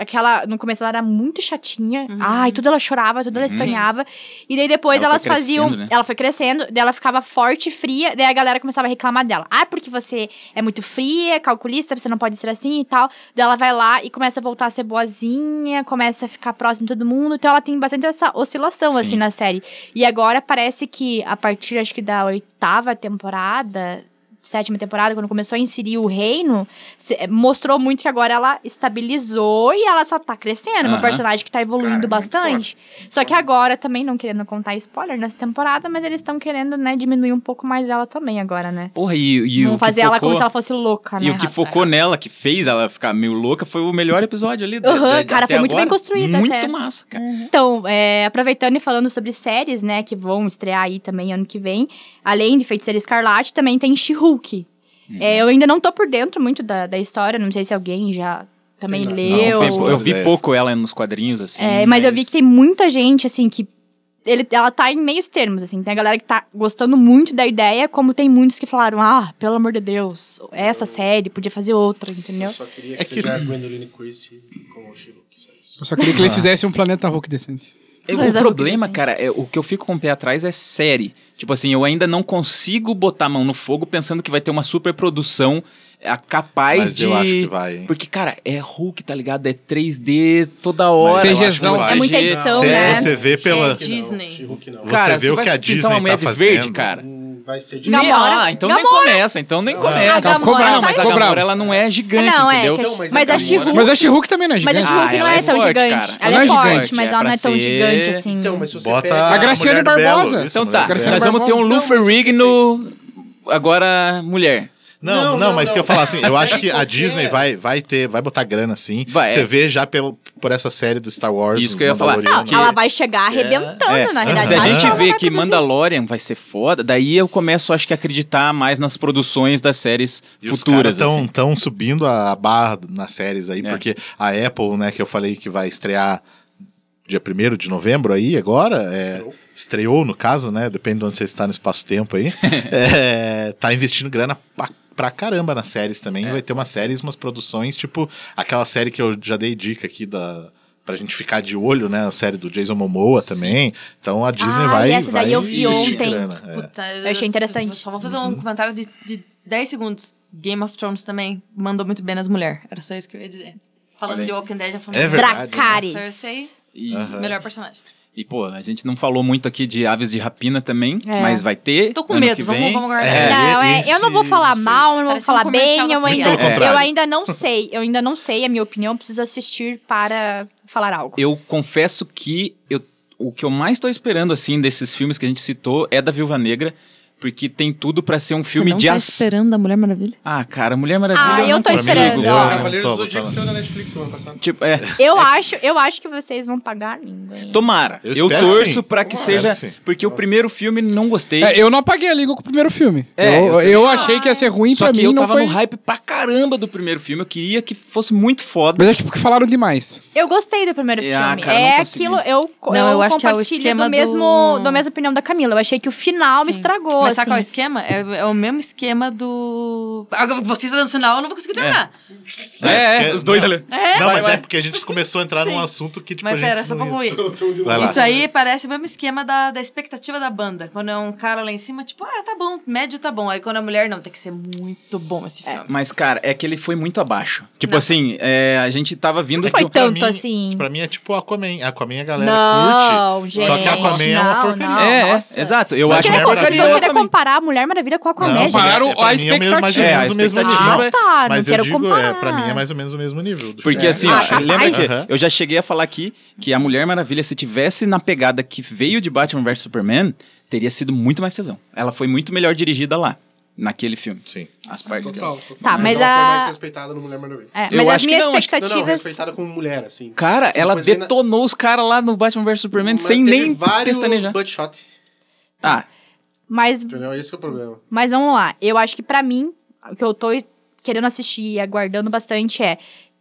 Aquela, no começo ela era muito chatinha. Ai, tudo ela chorava, tudo ela espanhava. E daí depois Uhum. Ela elas foi faziam. crescendo, né? Ela foi crescendo, daí ela ficava forte e fria, daí a galera começava a reclamar dela. Ah, porque você é muito fria, calculista, você não pode ser assim e tal. Daí ela vai lá e começa a voltar a ser boazinha, começa a ficar próxima de todo mundo. Então ela tem bastante essa oscilação, Sim. assim, na série. E agora parece que a partir, acho que da oitava temporada, sétima temporada, quando começou a inserir o reino, se- eh, mostrou muito que agora ela estabilizou e ela só tá crescendo. É Uma Aham. personagem que tá evoluindo Cara, é muito bastante. Só que agora também, não querendo contar spoiler nessa temporada, mas eles estão querendo, né, diminuir um pouco mais ela também agora, né? Porra, e, e o Não que fazer ela focou- como se ela fosse louca, né? E o que rapaz? focou nela, que fez ela ficar meio louca, foi o melhor episódio ali. da- Aham, da- cara, até foi muito bem agora. construído Muito até. massa, cara. Então, é, aproveitando e falando sobre séries, né, que vão estrear aí também ano que vem, além de Feiticeira Escarlate, também tem She-Hulk. É, eu ainda não tô por dentro muito da, da história, não sei se alguém já também Não, Não, leu. foi- eu vi É. pouco ela nos quadrinhos, assim. É, mas eu vi que tem muita gente, assim, que. Ele, ela tá em meios termos, assim. Tem a galera que tá gostando muito da ideia, como tem muitos que falaram, ah, pelo amor de Deus, essa série podia fazer outra, entendeu? Eu só queria que É que- seja a Gwendoline Christie como o She-Hulk, só isso. Eu só queria que Tá. eles fizessem um planeta Hulk decente. É, Mas O é problema, interessante. cara, é, o que eu fico com o pé atrás é série. Tipo assim, eu ainda não consigo botar a mão no fogo pensando que vai ter uma superprodução é, capaz Mas de. eu acho que vai, hein? Porque, cara, é Hulk, tá ligado? É 3D toda hora. CGzão. eu acho que não vai. É muita CG. edição, Você, né? você vê pela. Gente. Disney. Não, She-Hulk não. Você Cara, vê o vai que a pintar Disney uma mulher tá de verde, fazendo. cara. Hum, Vai ser Nem- difícil. Gamora. Ah, então nem Gamora. começa, então Ah. nem A começa. Gamora ficou brava, não, mas a ficou Gamora brava. ela não é gigante, Não, é, entendeu? que- Então, mas mas a a She-Hulk. Mas a She-Hulk também não é Mas a gigante. She-Hulk Ah, não ela é é tão forte, gigante. cara. Ela, Ela é, é forte, gigante, mas é ela não pra é tão ser- gigante assim. Então, mas se você Bota pega... A Graciane Mulher Belo, isso, Barbosa. Então Mulher tá, Belo. Graciane nós vamos ter um Não, mas Luffy você Rig tem- no. Agora, mulher. Não, Não, não, não, mas não. É. que eu falar assim, eu acho que a <laughs> Qualquer. Disney vai, vai ter, vai botar grana assim. Vai, Você é. vê já pelo, por essa série do Star Wars. Isso que eu ia falar. Ah, Mandaloriano. que- Ela vai chegar arrebentando, É, na realidade. Se a Eu acho gente ela vê vai que produzir. Mandalorian vai ser foda, daí eu começo, acho que, a acreditar mais nas produções das séries E futuras. Os caras assim. estão subindo a barra nas séries aí, É. porque a Apple, né, que eu falei que vai estrear dia 1 de novembro aí, agora. é, estreou. no caso, né? Depende de onde você está no espaço-tempo <laughs> aí. é, tá investindo grana pra, pra caramba nas séries também. É, vai ter umas séries, umas produções, tipo aquela série que eu já dei dica aqui da. Pra gente ficar de olho, né? A série do Jason Momoa também. Então a Disney Ah, e vai. essa daí vai eu vi investir ontem. grana, é. Puta, Eu achei interessante. Só vou fazer um comentário de, de 10 segundos. Game of Thrones também mandou muito bem nas mulheres. Era só isso que eu ia dizer. Falando Olha aí. Uhum. de Walking Dead, já falamos É de verdade. Dracarys. Cersei, E, melhor personagem. e, pô, a gente não falou muito aqui de Aves de Rapina também, É. mas vai ter. Tô com ano medo, que vamos, vem. vamos guardar. É, não, é, esse- eu não vou falar esse- mal, eu não vou Parece um falar comercial bem, da eu Cielo. ainda, Pelo contrário. eu ainda não sei, eu ainda não sei a minha opinião, preciso assistir para falar algo. Eu confesso que eu, o que eu mais tô esperando, assim, desses filmes que a gente citou é da Viúva Negra. Porque tem tudo pra ser um Você filme não de tá ação. esperando a Mulher Maravilha? Ah, cara, Mulher Maravilha. Ah, eu não tô consigo, esperando. cara. Ah, Cavaleiros do toma, Zodíaco toma. saiu na Netflix semana passada. Tipo, é. Eu acho, eu acho que vocês vão pagar a língua. hein? Tomara. Eu Eu, espero que torço sim. pra que Tomara seja. que sim. Porque o primeiro filme não gostei. É, eu não apaguei a língua com o primeiro filme. É, eu, eu eu também achei que ia ser ruim Só pra que mim, eu não tava foi. no hype pra caramba do primeiro filme. Eu queria que fosse muito foda. Mas é que porque falaram demais. Eu gostei do primeiro É, ah, filme. cara, não é consegui. aquilo, eu, Não, eu, eu acho que é o compartilho esquema do mesmo, do- da mesma opinião da Camila. Eu achei que o final me Sim. estragou, Mas assim. sabe qual é o esquema? É, é o mesmo esquema do. Agora vocês dando sinal, eu não vou conseguir terminar. É, porque- os dois não. ali. Não, mas é porque a gente começou a <laughs> entrar num assunto que, tipo, a Mas gente pera, só um não pra ia. <laughs> concluir. Vai lá. Isso aí parece o mesmo esquema da, da expectativa da banda. Quando é um cara lá em cima, tipo, ah, tá bom, médio tá bom. Aí quando é mulher, não, tem que ser muito bom esse filme. Mas, cara, é que ele foi muito abaixo. Tipo Não. assim, é, a gente tava vindo. Não foi de um- tanto assim. Pra mim é tipo Aquaman. Aquaman a galera Não, curte. gente. só que Aquaman é uma não, porcaria. não, É, nossa. é, exato. Eu Só acho que que ele é é porcaria Vocês porcaria. vão querer também. comparar a Mulher Maravilha com a Aquaman, Não, gente. pra- Pararam pra a mim é o mesmo- mais ou menos expectativa. É, a o mesmo nível. expectativa Ah, tá. Mas não eu quero digo, comparar. é, pra mim é mais ou menos o mesmo nível. do Porque filme. assim, Ah, ó, capaz. lembra que Aham. eu já cheguei a falar aqui que a Mulher Maravilha, se tivesse na pegada que veio de Batman vs Superman, teria sido muito mais tesão. Ela foi muito melhor dirigida lá, naquele filme. Sim. As partes dela. Total, total. Tá, mas Então, ela a- foi mais respeitada no Mulher Maravilha. É, Eu mas as acho que minhas não, acho que- Não, não, expectativas... respeitada como mulher, assim. Cara, ela Mas vem na- detonou os caras lá no Batman vs Superman Mas sem teve nem vários pestanejar. butt-shot, Ah, mas, entendeu? Esse que é o problema. mas vamos lá. Eu acho que pra mim, o que eu tô querendo assistir e aguardando bastante é...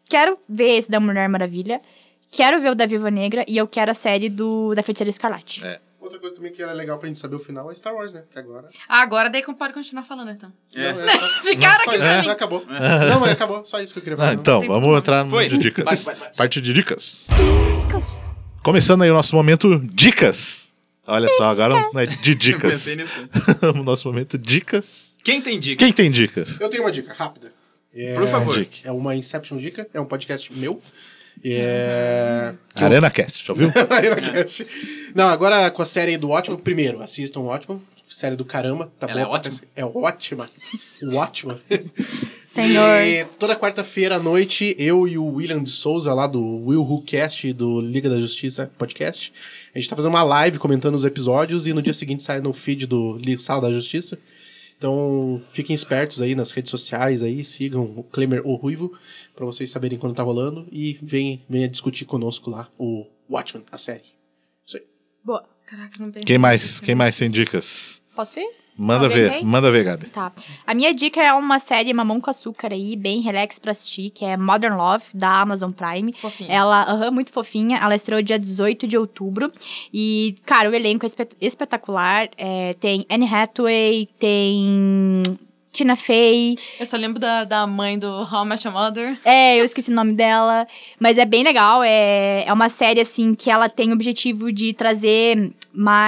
Quero ver esse da Mulher Maravilha. Quero ver o da Viva Negra. E eu quero a série do da Feiticeira Escarlate. É. Outra coisa também que era legal pra gente saber o final é Star Wars, né? Que <laughs> agora... Ah, agora daí pode continuar falando, então. É. Não, é só- <laughs> só Ficaram aqui isso, pra mim. já <laughs> Acabou. Não, mas acabou. Só isso que eu queria falar. Ah, então, tem vamos desculpa. entrar no Foi. de dicas. Vai, vai, vai. Parte de dicas. Começando aí o nosso momento dicas. Olha só, agora não é de dicas. pensei <laughs> nisso. o nosso momento dicas. Quem tem dica? Quem tem dicas? Eu tenho uma dica, rápida. É, Por favor. Dica. É uma Inception dica, é um podcast meu. É... Arena Cast, já ouviu? É. Marinacast. Não, agora com a série do Ótimo, primeiro, assistam o Ótimo. Série do caramba, tá Ela boa é pra cacete. É ótima. ótima. Senhor. E toda quarta-feira à noite, eu e o William de Souza, lá do Will Who Cast, do Liga da Justiça podcast, a gente tá fazendo uma live comentando os episódios e no dia seguinte sai no feed do Li- Sala da Justiça. Então, fiquem espertos aí nas redes sociais aí, sigam o Klemer O Ruivo pra vocês saberem quando tá rolando e venha, venha discutir conosco lá o Watchmen, a série. Isso aí. Boa. Caraca, não pensei. Quem mais? Quem mais tem dicas? Posso ir? Manda Alguém ver, tem? manda ver, Gabi. Tá. A minha dica é uma série mamão com açúcar aí, bem relax pra assistir, que é Modern Love, da Amazon Prime. Fofinho. Ela, aham, muito fofinha. Ela estreou dia 18 de outubro. E, cara, o elenco é espet- espetacular. É, tem Anne Hathaway, tem Tina Fey. Eu só lembro da, da mãe do How I Met Your Mother. É, eu esqueci o nome dela. Mas é bem legal. É, é uma série, assim, que ela tem o objetivo de trazer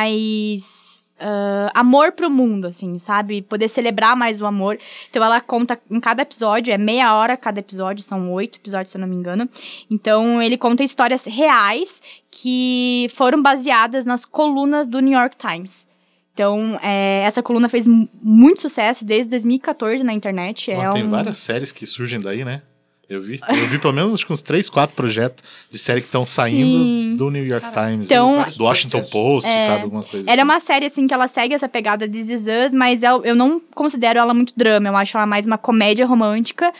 mais. ah, amor pro mundo, assim, sabe? Poder celebrar mais o amor. Então ela conta em cada episódio, é meia hora cada episódio, são oito episódios, se eu não me engano. Então ele conta histórias reais que foram baseadas nas colunas do New York Times. Então, é, essa coluna fez mu- muito sucesso desde 2014 na internet. Ó, é tem um... várias séries que surgem daí, né? Eu vi, eu vi pelo menos acho que uns 3, 4 projetos de série que estão saindo do New York Times, Então- do Washington Post, sabe? Algumas coisas Ela é assim. uma série, assim, que ela segue essa pegada de This Is Us, mas eu, eu não considero ela muito drama. Eu acho ela mais uma comédia romântica.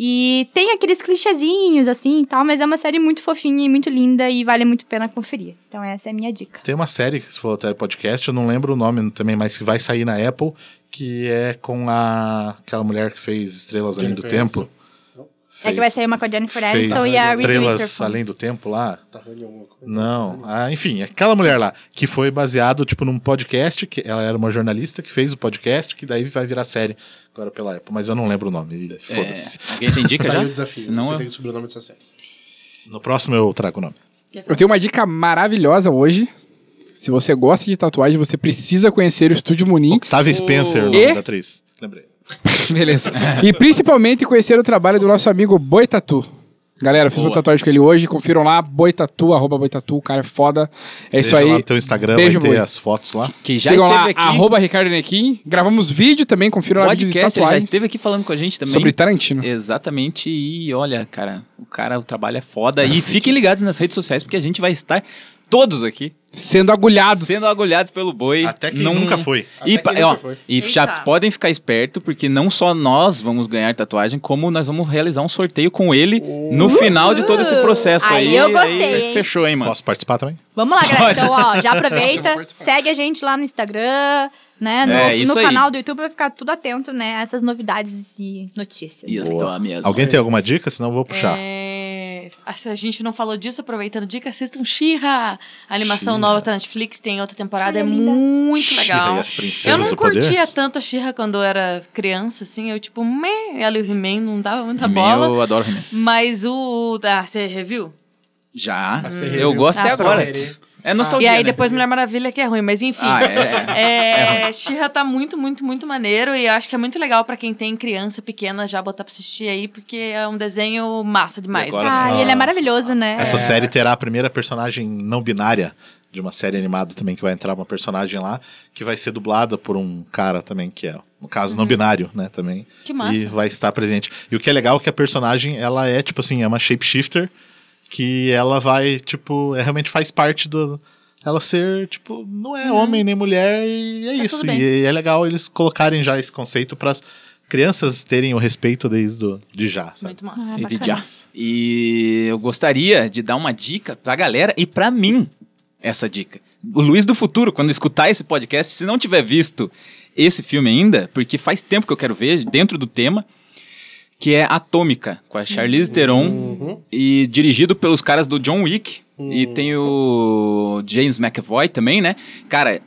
E tem aqueles clichêzinhos, assim, e tal. Mas é uma série muito fofinha e muito linda e vale muito a pena conferir. Então, essa é a minha dica. Tem uma série que se falou até podcast, eu não lembro o nome também, mas que vai sair na Apple, que é com a aquela mulher que fez Estrelas Além do Jennifer Tempo. é que vai sair uma com a Jennifer fez Aniston então, e a Reese Estrelas Witherspoon. Além do Tempo lá. Tá ruim alguma coisa? Não, ah, enfim, aquela mulher lá, que foi baseado, tipo, num podcast, que ela era uma jornalista que fez o podcast, que daí vai virar série agora pela Apple, mas eu não lembro o nome, e É, foda-se. alguém tem dica Tá já? aí o desafio. Senão você eu- tem que descobrir o nome dessa série. No próximo eu trago o nome. Eu tenho uma dica maravilhosa hoje. Se você gosta de tatuagem, você precisa conhecer o Estúdio Munim. Octavia Spencer, o nome E? da atriz. Lembrei. <laughs> Beleza. E principalmente conhecer o trabalho do nosso amigo Boi Tatu. Galera, fiz um Boa. uma tatuagem com ele hoje, confiram lá, boitatu, arroba boitatu, o cara é foda. É isso Deixa aí. lá no teu Instagram, Beijo, vai ter Boi. as fotos lá. Que já Sigam lá, esteve aqui. arroba Ricardo Nequim. Gravamos vídeo também, confiram lá vídeo de podcast, ele já tatuagem. esteve aqui falando com a gente também. Sobre Tarantino. Exatamente, e olha, cara, o cara, o trabalho é foda. E fiquem ligados nas redes sociais, porque a gente vai estar todos aqui Sendo agulhados. sendo agulhados pelo boi. Até quem Não- nunca foi. E, Até pa- é, quem ó, nunca foi. e já Eita. podem ficar esperto, porque não só nós vamos ganhar tatuagem, como nós vamos realizar um sorteio com ele no final de todo esse processo. Aí Aí, eu gostei, aí hein? fechou, hein, mano? Posso participar também? Vamos lá, galera. Pode. Então, ó, <laughs> já Eu vou aproveita, participar. segue a gente lá no Instagram, né? No, É, isso no aí. canal do YouTube vai ficar tudo atento, né? A essas novidades e notícias. Isso, Boa. tá É mesmo. Alguém tem alguma dica? Senão eu vou puxar. É, ah, se a gente não falou disso, aproveitando dica, assistam She-Ra. A animação nova tá na Netflix, tem outra temporada, é muito She-Ra e legal. as princesas Eu não do poder? curtia tanto a She-Ra quando eu era criança, assim. Eu, tipo, meh, ela e o He-Man não dava muita He-Man, bola. Eu adoro He-Man. Mas o. Ah, você review? Já. Mas você eu reviu. gosto até Ah, agora. você- É nostalgia. E aí né? depois Mulher Maravilha que é ruim, mas enfim. Ah, é. <laughs> É, She-Ra tá muito, muito, muito maneiro e eu acho que é muito legal pra quem tem criança pequena já botar pra assistir aí, porque é um desenho massa demais. assim. E agora- Ah, e ele é maravilhoso, né? Essa É. série terá a primeira personagem não binária de uma série animada também, que vai entrar uma personagem lá, que vai ser dublada por um cara também, que é, no caso, não binário, né, também. Uhum. Que massa. E vai estar presente. E o que é legal é que a personagem, ela é, tipo assim, é uma shapeshifter, que ela vai, tipo, é, realmente faz parte do... Ela ser, tipo, não é homem nem mulher, e é Uhum. Tá isso. tudo bem. E é legal eles colocarem já esse conceito para crianças terem o respeito desde do, de já, sabe? Muito é massa. E de já. E eu gostaria de dar uma dica pra galera e pra mim essa dica. O Luiz do Futuro, quando escutar esse podcast, se não tiver visto esse filme ainda, porque faz tempo que eu quero ver, dentro do tema, que é Atômica, com a Charlize Theron Uhum. e dirigido pelos caras do John Wick. E tem o James McAvoy também, né? Cara,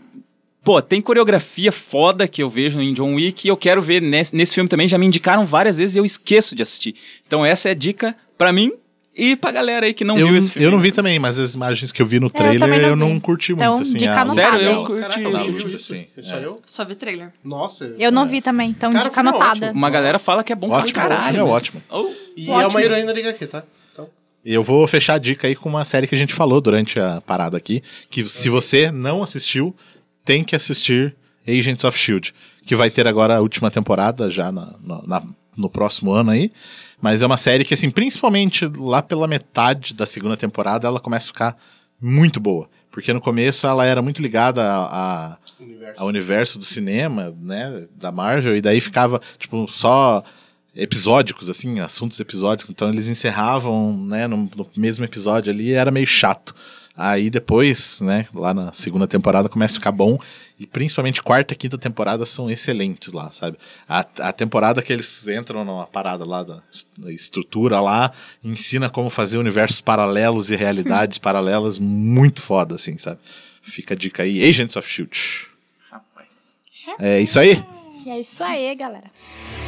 Pô, tem coreografia foda que eu vejo em John Wick e eu quero ver nesse, nesse filme também. Já me indicaram várias vezes e eu esqueço de assistir. Então essa é a dica pra mim e pra galera aí que não eu, viu esse filme. eu não vi também, mas as imagens que eu vi no É, também trailer eu não não, vi. curti Então, muito. Assim, de cá não Sério, dá, eu né? curti. Caraca, Não, alguém viu tipo isso? assim, Só é. eu? Só vi trailer. Nossa. Eu não vi também, então Cara, de fica o filme é anotada. ótimo. Uma galera fala que é bom Ótimo, pra caralho. é mas- ótimo. Oh, E é ótimo. uma heroína da HQ, tá? Então, E Eu vou fechar a dica aí com uma série que a gente falou durante a parada aqui, que se você não assistiu, tem que assistir Agents of Shield, que vai ter agora a última temporada já na- na- na- no próximo ano aí. Mas é uma série que assim, principalmente lá pela metade da segunda temporada, ela começa a ficar muito boa, porque no começo ela era muito ligada a- a universo. ao universo do cinema, né, da Marvel, e daí ficava, tipo, só episódicos, assim, assuntos episódicos. Então eles encerravam, né, no, no mesmo episódio ali, e era meio chato. Aí depois, né, lá na segunda temporada começa a ficar bom, e principalmente quarta e quinta temporada são excelentes lá, sabe? A, a temporada que eles entram numa parada lá da es- da estrutura lá, ensina como fazer universos paralelos e realidades <laughs> paralelas muito foda, assim, sabe? Fica a dica aí, Agents of S.H.I.E.L.D. É isso aí? E é isso aí, galera.